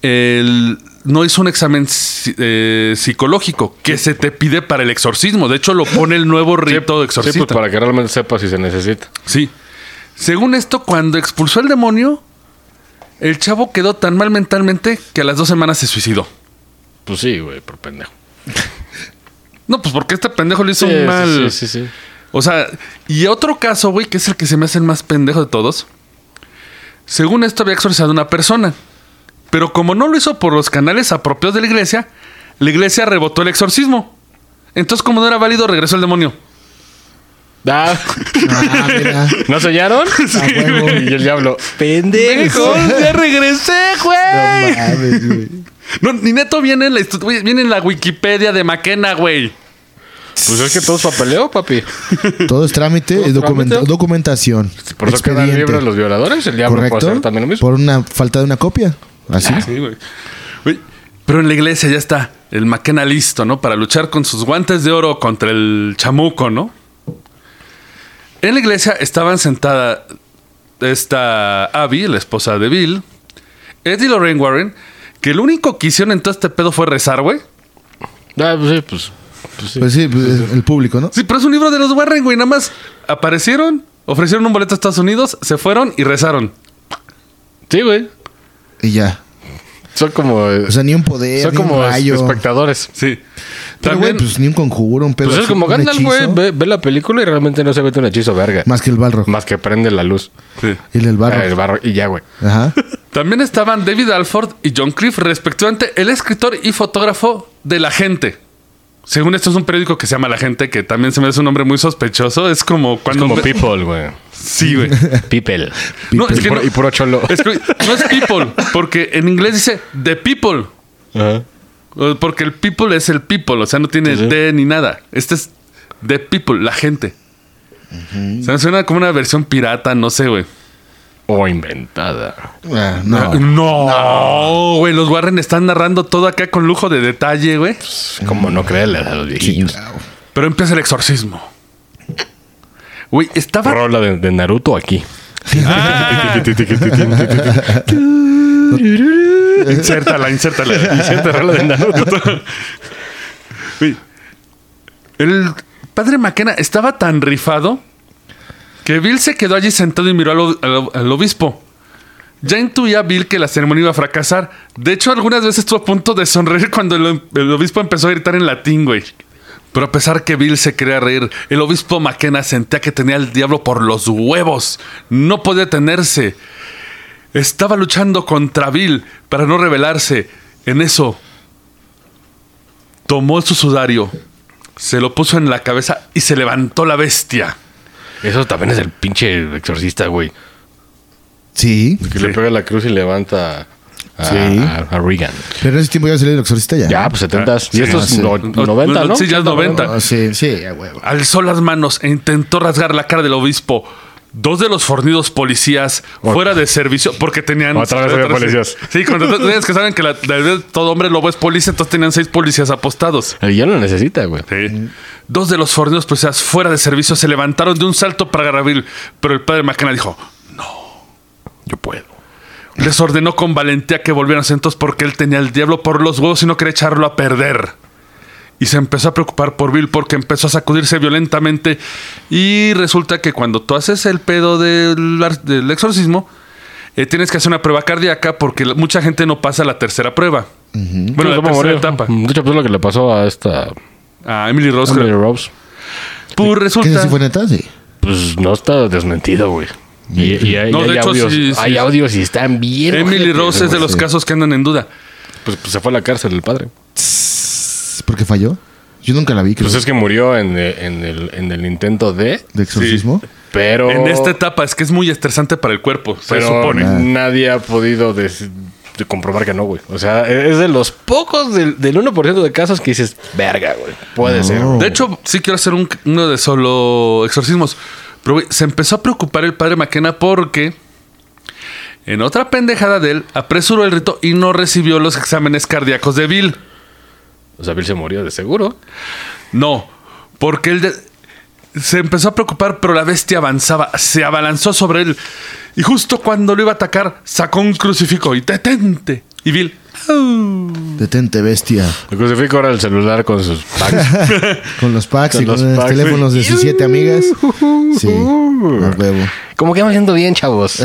el. No hizo un examen si- eh, psicológico que se te pide para el exorcismo. De hecho, lo pone el nuevo rito de
Sí,
exorcismo.
pues para que realmente sepa si se necesita.
Sí. Según esto, cuando expulsó el demonio, el chavo quedó tan mal mentalmente que a las dos semanas se suicidó.
Pues sí, güey, por pendejo.
No, pues porque este pendejo le hizo
Sí,
un mal.
Sí, sí, sí.
O sea, y otro caso, güey, que es el que se me hace el más pendejo de todos. Según esto había exorcizado a una persona. Pero como no lo hizo por los canales apropiados de la iglesia, la iglesia rebotó el exorcismo. Entonces, como no era válido, regresó el demonio.
Ah,
Ah, mira.
¿No soñaron?
Ah, huevo.
y el diablo.
¡Pendejos! ¡Ya regresé, güey!
No mames, güey.
No, ni neto viene en la, histo- güey, viene en la Wikipedia de Maquena, güey.
Pues es que todo es papeleo, papi.
Todo es trámite,
Todo
es
es
documenta-
trámite.
documentación.
Por eso quedan
expediente.
libres los violadores. El diablo puede hacer
Correcto.
también lo mismo. Ah,
Por una falta de una copia. Así.
Sí, güey. Güey, Pero en la iglesia ya está el Maquena listo, ¿no? Para luchar con sus guantes de oro contra el chamuco, ¿no? En la iglesia estaban sentada esta Abby, la esposa de Bill, Ed y Lorraine Warren, que lo único que hicieron en todo este pedo fue rezar, güey.
Ah, pues sí, pues. pues sí.
Pues sí, pues, el público, ¿no?
Sí, pero es un libro de los Warren, güey. Nada más aparecieron, ofrecieron un boleto a Estados Unidos, se fueron y rezaron.
Sí, güey.
Y ya.
Son como.
O sea, ni un poder,
son
ni
como
un rayo.
espectadores.
Sí.
Pero, güey,
También,
pues ni un conjuro, un pedo.
Pues es
así,
como
un
Gandalf,
hechizo.
güey. Ve, ve la película y realmente no se mete un hechizo verga.
Más que el Balrog.
Más que prende la luz.
sí.
Y el del
Ah,
barro.
el barro. Y ya, güey.
Ajá.
También estaban David Alford y John Cliff, respectivamente, el escritor y fotógrafo de La Gente. Según esto es un periódico que se llama La Gente, que también se me hace un nombre muy sospechoso. Es como cuando...
Como people, güey.
Sí, güey.
People.
No, es
Y
que
puro-
no,
Y puro cholo.
es que no es people, porque en inglés dice the people.
Ajá.
O- Porque el people es el people, o sea, no tiene
Sí, sí.
D ni nada. Este es the people, la gente. O sea, suena como una versión pirata, no sé, güey.
O inventada.
Ah, no.
No, güey, los Warren están narrando todo acá con lujo de detalle, güey.
Como no creerle a los viejitos.
Pero empieza el exorcismo. Güey, estaba.
Rola de, de Naruto aquí.
Ah, insértala, insértala. Insértala rola de Naruto. Güey, El padre Maquena estaba tan rifado que Bill se quedó allí sentado y miró al, o- al o- al obispo. Ya intuía Bill que la ceremonia iba a fracasar. De hecho, algunas veces estuvo a punto de sonreír cuando el, el obispo empezó a gritar en latín, güey. Pero a pesar que Bill se quería reír, el obispo McKenna sentía que tenía al diablo por los huevos. No podía tenerse. Estaba luchando contra Bill para no rebelarse. En eso, tomó su sudario, se lo puso en la cabeza y se levantó la bestia.
Eso también es el pinche exorcista, güey.
Sí.
Que le pega la cruz y levanta a,
Sí.
a, a Reagan.
Pero en ese tiempo ya salió el exorcista ya.
Ya, pues 70. y esto
Ah,
es
sí.
no- 90, ¿no?
Sí, ya es 90.
Ah, sí, sí, a huevo.
Alzó las manos e intentó rasgar la cara del obispo. Dos de los fornidos policías fuera de servicio, porque tenían.
Otra vez había policías.
Sí, cuando tú- tienes que saben que la- la verdad, todo hombre lobo es policía, entonces tenían seis policías apostados.
El guión Eh, lo necesita, güey.
Sí. Mm. Dos de los fornidos policías fuera de servicio se levantaron de un salto para agarrar a Bill, pero el padre Macana dijo:
Yo puedo.
Les ordenó con valentía que volvieran asentos porque él tenía el diablo por los huevos y no quería echarlo a perder. Y se empezó a preocupar por Bill porque empezó a sacudirse violentamente. Y resulta que cuando tú haces el pedo del, ar- del exorcismo, eh, tienes que hacer una prueba cardíaca porque la- mucha gente no pasa la tercera prueba. Bueno, la tercera etapa.
De hecho, pues lo que le pasó a esta
A Emily Rose.
Emily Rose,
Pues
¿Qué
resulta.
si fue neta? Sí.
pues no está desmentido, güey. Y, y hay,
No,
y
de
hay
hecho,
audios.
sí, sí.
hay audios y están bien.
Emily
ojetes,
Rose es de
güey.
los
sí.
casos que andan en duda.
Pues, pues se fue a la cárcel el padre.
¿Por qué falló? Yo nunca la vi, creo.
Pues es que murió en, eh, en el, en el intento de,
¿De exorcismo?
pero.
En esta
este
etapa es que es muy estresante para el cuerpo, se
Oh. Pero
supone.
nadie ha podido des- de comprobar que no, güey. O sea, e-, es de los pocos del, del 1% de casos que dices, verga, güey. Puede
No.
ser. güey".
De hecho, sí quiero hacer un- uno de solo exorcismos. Pero güey, se empezó a preocupar el padre McKenna porque en otra pendejada de él apresuró el rito y no recibió los exámenes cardíacos de Bill.
O sea, Bill se murió de seguro.
No, porque él de- se empezó a preocupar, pero la bestia avanzaba, se abalanzó sobre él. Y justo cuando lo iba a atacar, sacó un crucifijo y detente. Y Bill,
Detente, bestia.
El crucifijo era el celular con sus packs.
Con los packs
Con
y
los
con los
packs,
teléfonos de sus siete amigas. Sí. A huevo.
Como que me siento bien, chavos.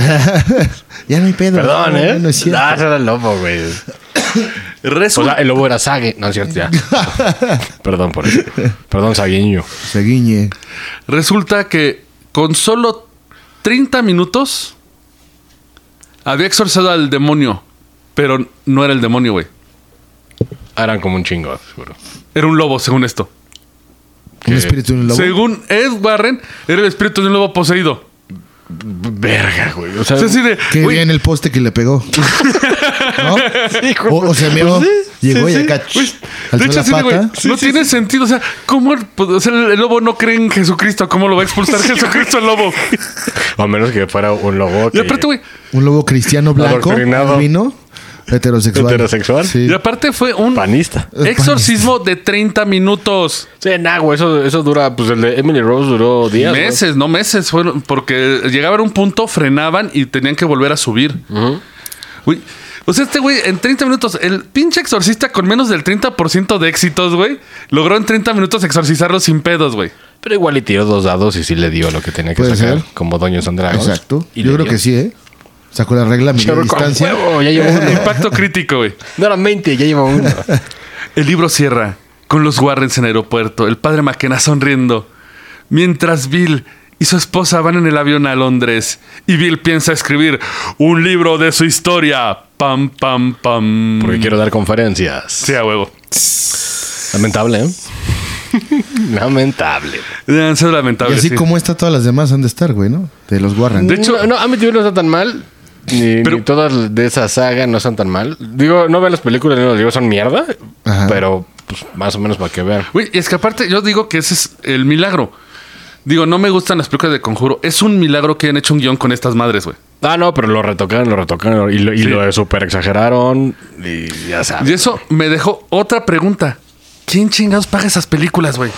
Ya no hay pedo.
Perdón,
No,
¿eh?
No es cierto.
Ah, eso era el lobo, güey. O sea,
Resulta.
el lobo era Sage. No, es cierto, ya. Perdón por eso. Perdón, Saguiño.
Se guiñe.
Resulta que con solo 30 minutos había exorcizado al demonio, pero no era el demonio, güey.
Eran como un chingo, seguro.
Era un lobo, según esto.
Un
¿Qué?
espíritu de un lobo.
Según Ed Warren, era el espíritu de un lobo poseído.
Verga, güey. O sea,
Es así de,
Qué
güey,
bien el poste que le pegó. ¿No? o, o se meó, llegó y acá
Güey,
ch- alzó
de hecho,
la
así de, güey,
pata.
no tiene sentido. O sea, ¿cómo el, pues, o sea, el lobo no cree en Jesucristo? ¿Cómo lo va a expulsar Jesucristo al lobo?
a menos que fuera un lobo.
Y
que-
aparte, güey,
Un lobo cristiano blanco,
Adoctrinado.
albino, heterosexual.
Heterosexual.
Sí.
y aparte fue un
Panista.
exorcismo de 30 minutos.
Sí, nah, güey. Eso, eso dura. Pues el de Emily Rose duró días. güey.
meses, no meses, fueron porque llegaba a un punto, frenaban y tenían que volver a subir. Güey, o sea, este güey, en 30 minutos, el pinche exorcista con menos del 30% de éxitos, güey, logró en 30 minutos exorcizarlo sin pedos, güey.
Pero igual y tiró dos dados y sí le dio lo que tenía que
Puede
sacar.
ser.
Como Doño Sandrago.
Exacto. Yo creo que sí, ¿eh? Sacó la regla a media
Chorro con
distancia.
huevo, ya llevó uno.
Impacto crítico, güey.
No era 20, ya lleva uno.
El libro cierra con los Warrens en aeropuerto, el padre McKenna sonriendo, mientras Bill y su esposa van en el avión a Londres y Bill piensa escribir un libro de su historia. Pam, pam, pam.
Porque quiero dar conferencias.
Sí, a huevo.
Lamentable, ¿eh? Lamentable.
Deben ser
Y
Eh, lamentables.
así
sí.
como está, todas las demás han de estar, güey, ¿no? De los Warren.
De hecho, no, a mi no está tan mal. Ni,
Pero-
ni todas de esa saga no están tan mal. Digo, no veo las películas, no las digo, son mierda.
Ajá.
Pero pues, más o menos para que vean.
Güey, es que aparte yo digo que ese es el milagro. Digo, no me gustan las películas de conjuro. Es un milagro que hayan hecho un guión con estas madres, güey.
Ah, no, pero lo retocaron, lo retocaron y lo, y lo super exageraron. Y ya
Y
sabes.
eso me dejó otra pregunta. ¿Quién chingados paga esas películas, güey?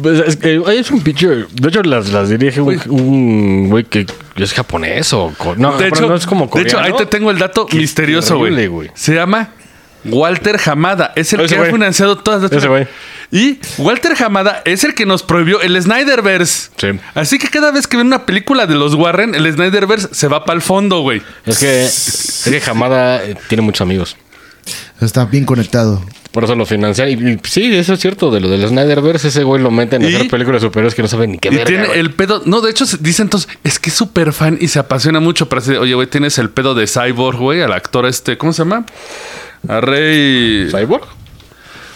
Pues, es, que, güey, es un pinche. De hecho, las, las dirige un- un güey que es japonés o. co- No,
De
Ah, pero
hecho,
no es como
de hecho,
coreano.
ahí te tengo el dato
Qué
misterioso,
terrible,
güey. Se llama Walter Hamada. Es el
Ese
que
güey.
ha financiado todas las
Ese güey.
Y Walter Hamada es el que nos prohibió el Snyderverse.
Sí.
Así que cada vez que ven una película de los Warren, el Snyderverse se va para el fondo, güey.
Es que, es que Hamada eh, tiene muchos amigos.
Está bien conectado.
Por eso lo financian. Y, y sí, eso es cierto. De lo del Snyderverse, ese güey lo meten a
Y-
hacer películas superiores que no saben ni qué
Y
verga,
tiene
güey.
el pedo. No, de hecho, se- dice entonces, es que es súper fan y se apasiona mucho. Para decir, oye, güey, tienes el pedo de Cyborg, güey, al actor este, ¿cómo se llama? A Rey.
¿Cyborg?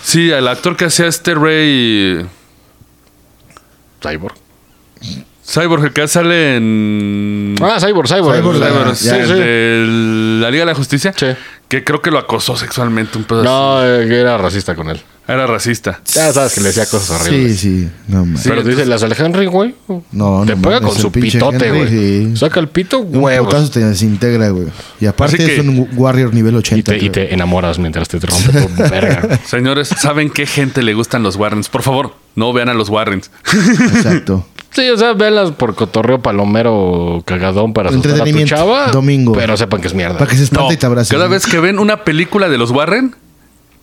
Sí, al actor que hacía este Rey.
Cyborg.
Cyborg, el que sale en.
Ah, Cyborg, Cyborg.
Cyborg,
El-
Cyborg,
ya,
sí,
ya.
el
sí.
de la Liga de la Justicia.
Sí.
Que creo que lo acosó sexualmente un pedo.
No, eh, que era racista con él.
así. Era racista.
Ya sabes que le decía cosas horribles.
Sí, sí. No, man.
Pero dice, las al Henry, güey.
No,
Te
no
pega
mames,
con
el
su
pinche
pitote,
Henry,
güey.
sí.
Saca el pito,
Un
huevos.
putazo te desintegra, güey. Y aparte
Así que-
es un Warrior nivel
Y
80.
te, y
creo.
te enamoras mientras te rompe tu verga.
Señores, ¿saben qué gente le gustan los Warrens? Por favor, no vean a los Warrens.
Exacto.
Sí, o sea, velas por cotorreo palomero cagadón para asustar a tu
Entretenimiento,
chava.
domingo.
Pero sepan que es mierda.
Para que se espante
No,
y te abrace.
cada
¿no?
vez que ven una película de los Warren,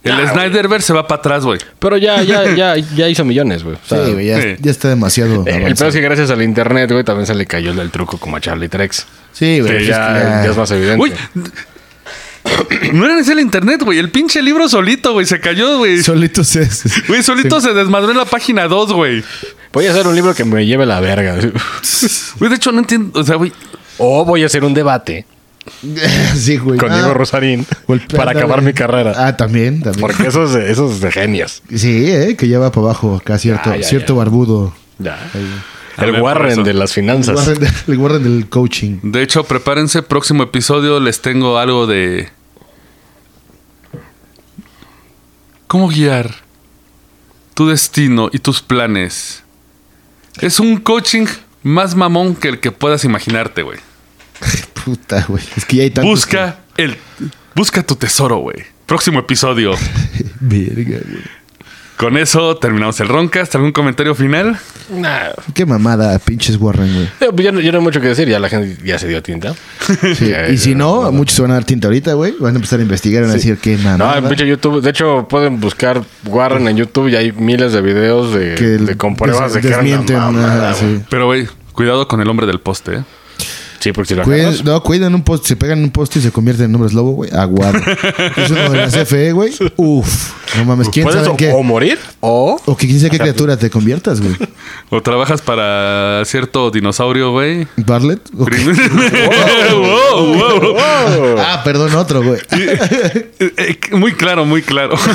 el Snyderverse se va para atrás, güey.
Pero ya, ya, ya, ya hizo millones, güey. O sea,
Sí, güey, ya,
Sí.
ya está demasiado.
eh, el
avanzado.
peor es que gracias al internet, güey, también se le cayó el del truco como a Charlie Trex.
Sí, güey.
Que
pues es
ya,
que ya-
ya es más evidente.
Uy, no era ese el internet, güey. El pinche libro solito, güey. Se cayó, güey.
Solito se.
Güey, solito se desmadró en la página 2, güey.
Voy a hacer un libro que me lleve la verga.
Güey, de hecho, no entiendo. O sea, güey,
O voy a hacer un debate
sí, güey.
con
Ah,
Diego Rosarín
golpe-
para
ándale.
acabar mi carrera.
Ah, también, también.
Porque esos, esos de genios.
Sí, eh, que ya va para abajo acá, cierto,
Ah, Ya, ya,
cierto
ya.
barbudo.
Ya.
A ver,
El
por eso.
Warren de las
El
finanzas.
guarden, el guarden del coaching.
De hecho, prepárense, próximo episodio les tengo algo de... ¿Cómo guiar tu destino y tus planes? Es un coaching más mamón que el que puedas imaginarte, güey.
Puta, güey. Es que ya hay tantos.
Busca el... Busca tu tesoro, güey. Próximo episodio.
que- Verga, güey.
Con eso terminamos el Roncast. ¿Algún comentario final?
Nah,
Qué mamada, pinches Warren, güey.
eh, pues ya, no, ya no hay mucho que decir. Ya la gente ya se dio tinta.
Sí,
Ya,
Y
ya,
si no,
no, no.
muchos se van a dar tinta ahorita, güey. Van a empezar a investigar y van a decir qué
No,
mamada.
en pinche YouTube. De hecho, pueden buscar Warren en YouTube y hay miles de videos de,
que
de compruebas
des-
de que era una
desmienten.
mamada,
ajá,
güey.
sí.
Pero, güey, cuidado con el hombre del poste, ¿eh?
Sí, porque si lo
Cuiden-
agarras,
no, cuidan un post, se pegan en un post y se convierten en hombres lobo, güey. Aguado. es uno de la CFE, güey. Uf. No mames,
Pues
¿quién
puedes
sabe
o,
en qué?
o morir o...
O que quién sabe qué criatura te conviertas, güey.
O trabajas para cierto dinosaurio, güey.
Barlet. ok.
Wow, wow.
Ah, perdón, otro, güey.
Eh, eh, Muy claro, muy claro.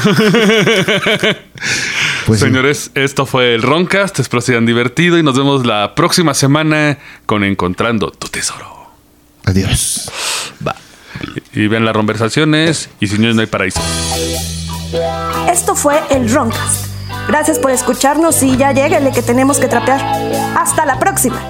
Pues sí.
Señores, esto fue el Roncast. Espero se hayan divertido y nos vemos la próxima semana con Encontrando tu Tesoro.
Adiós.
Y vean las conversaciones y si no, no hay paraíso.
Esto fue el Roncast. Gracias por escucharnos y ya lléguenle que tenemos que trapear. Hasta la próxima.